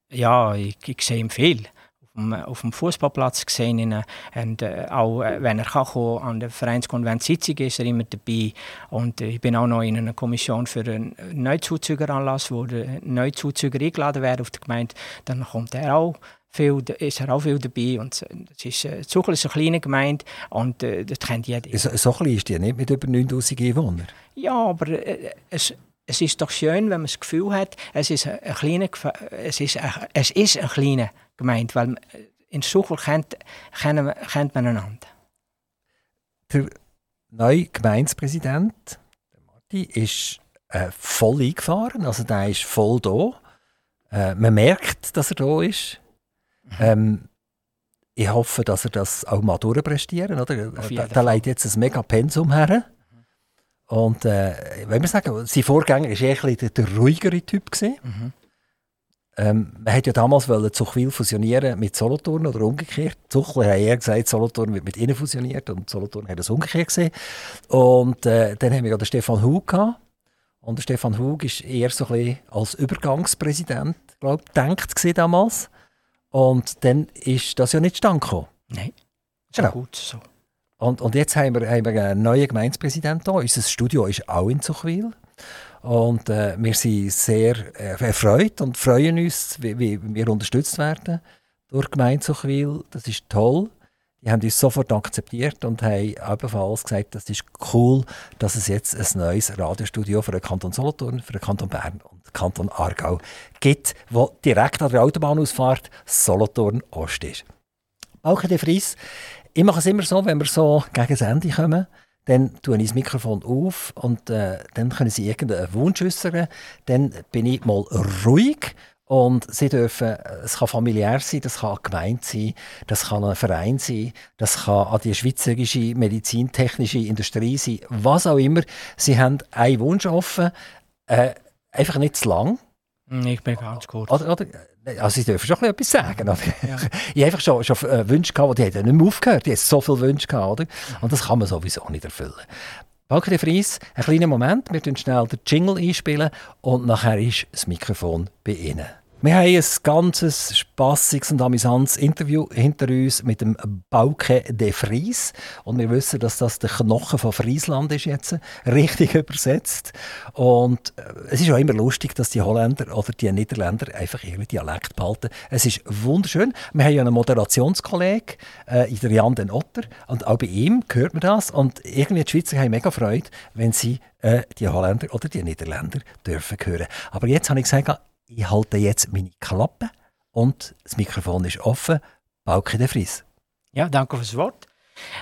B: ja, ich, ich sehe ihn viel. Auf dem, auf dem Fußballplatz gesehen ihn. Und äh, auch äh, wenn er kann kommen, an der Vereinskonvent Sitzung ist er immer dabei. Und äh, ich bin auch noch in einer Kommission für einen Neuzuzügeranlass, wo die Neuzuzüger eingeladen werden auf die Gemeinde. Dann kommt er auch. Viel, da ist er auch viel dabei und es ist, äh, Zuchel ist eine kleine Gemeinde und äh, das kennt jeder.
A: So, so klein ist die nicht mit über 9000 Einwohnern.
B: Ja, aber äh, es, es ist doch schön, wenn man das Gefühl hat, es ist ein ein kleine, Gef- es ist ein, es ist ein kleine Gemeinde, weil äh, in Suchel kennt, kennen- kennt man einander.
A: Der neue Gemeindepräsident, der Marti, ist äh, voll eingefahren. Also der ist voll da. Äh, man merkt, dass er da ist.
B: Mhm.
A: Ähm, ich hoffe, dass er das auch mal durchprestieren oder? Äh,
B: Auf jeden
A: Da, da
B: Fall. Mhm.
A: legt jetzt ein mega Pensum her. Und äh, wenn wir sagen, sein Vorgänger war eher ein bisschen der, der ruhigere Typ. Gewesen.
B: Mhm.
A: Ähm, man hat ja damals wollen Zuchwil fusionieren mit Solothurn oder umgekehrt. Zuchwil hat eher gesagt, Solothurn wird mit ihnen fusioniert und Solothurn hat das umgekehrt gesehen. Und äh, dann haben wir ja den Stefan Hug gehabt. Und der Stefan Hug ist eher so ein bisschen als Übergangspräsident, glaube ich, gedacht gewesen damals. Und dann ist das ja nicht zustande gekommen.
B: Nein, so
A: Genau.
B: gut so.
A: Und, und jetzt haben wir, haben wir einen neuen Gemeindepräsidenten da. Unser Studio ist auch in Zuchwil. Und äh, wir sind sehr äh, erfreut und freuen uns, wie, wie wir unterstützt werden durch die Gemeinde Zuchwil. Das ist toll. Die haben uns sofort akzeptiert und haben ebenfalls gesagt, das ist cool, dass es jetzt ein neues Radiostudio für den Kanton Solothurn, für den Kanton Bern und den Kanton Aargau gibt, wo direkt an der Autobahnausfahrt Solothurn Ost ist. Bauke de Vries, ich mache es immer so, wenn wir so gegen das Ende kommen, dann tue ich das Mikrofon auf und äh, dann können Sie irgendeinen Wunsch äußern. Dann bin ich mal ruhig und Sie dürfen, es kann familiär sein, das kann eine Gemeinde sein, das kann ein Verein sein, das kann an die schweizerische medizintechnische Industrie sein, was auch immer. Sie haben einen Wunsch offen, äh, einfach nicht zu lang.
B: Ich bin ganz gut.
A: Oder, oder, also sie dürfen schon ein bisschen etwas sagen. Oder? Ich habe einfach schon, schon äh, Wünsche gehabt, die hätten nicht mehr aufgehört. Die haben so viele Wünsche gehabt, oder? Und das kann man sowieso nicht erfüllen. Balken de Vries, einen kleinen Moment. Wir tun schnell den Jingle einspielen und nachher ist das Mikrofon bei Ihnen. Wir haben ein ganzes spassiges und amüsantes Interview hinter uns mit dem Bauke de Vries. Und wir wissen, dass das der Knochen von Friesland ist jetzt, richtig übersetzt. Und äh, es ist auch immer lustig, dass die Holländer oder die Niederländer einfach ihren Dialekt behalten. Es ist wunderschön. Wir haben ja einen Moderationskollegen, äh, in der Jan den Otter, und auch bei ihm hört man das. Und irgendwie die Schweizer haben mega Freude, wenn sie äh, die Holländer oder die Niederländer dürfen hören. Aber jetzt habe ich gesagt, ah, ich halte jetzt meine Klappe und das Mikrofon ist offen. Bauke de Vries.
B: Ja, danke fürs Wort.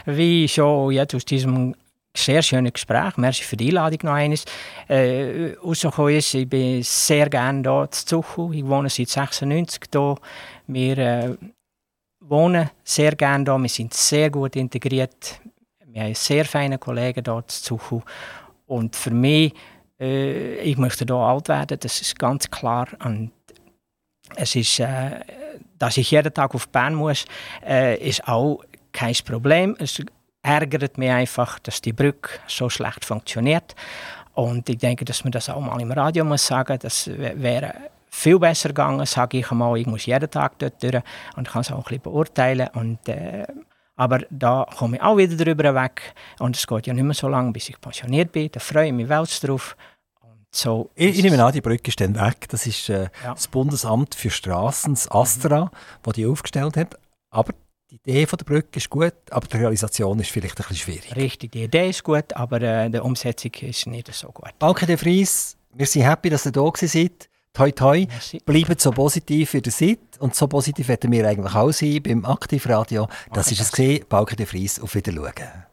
B: Wie schon jetzt aus diesem sehr schönen Gespräch, merci für die Einladung noch eines, äh, rausgekommen ist, ich bin sehr gerne hier in Zuchel. Ich wohne seit 96 hier. Wir äh, wohnen sehr gerne hier. Wir sind sehr gut integriert. Wir haben sehr feine Kollegen hier in Zuchel. Und für mich, äh, ich möchte hier alt werden, das ist ganz klar. Und es ist, äh, dass ich jeden Tag auf Bern muss, äh, ist auch kein Problem. Es ärgert mich einfach, dass die Brücke so schlecht funktioniert. Und ich denke, dass man das auch mal im Radio muss sagen. Das wä- wäre viel besser gegangen, sage ich mal. Ich muss jeden Tag dort durch und kann es auch ein bisschen beurteilen. Und, äh, aber da komme ich auch wieder drüber weg. Und es geht ja nicht mehr so lange, bis ich pensioniert bin. Da freue ich mich welts drauf. Und so
A: Ich, ich
B: ist
A: nehme an, die Brücke ist dann weg. Das ist äh,
B: Ja.
A: das Bundesamt für Straßen, das Astra, wo die aufgestellt hat. Aber die Idee von der Brücke ist gut, aber die Realisation ist vielleicht ein bisschen schwierig.
B: Richtig, die Idee ist gut, aber äh, die Umsetzung ist nicht so gut.
A: Danke, De Vries. Wir sind happy, dass ihr da gewesen seid. Toi, toi.
B: Merci.
A: Bleibt so positiv, wie ihr seid. Und so positiv hätten wir eigentlich auch sein beim Aktivradio. Das
B: Okay,
A: ist es gesehen. Balken de Vries. Auf Wiedersehen.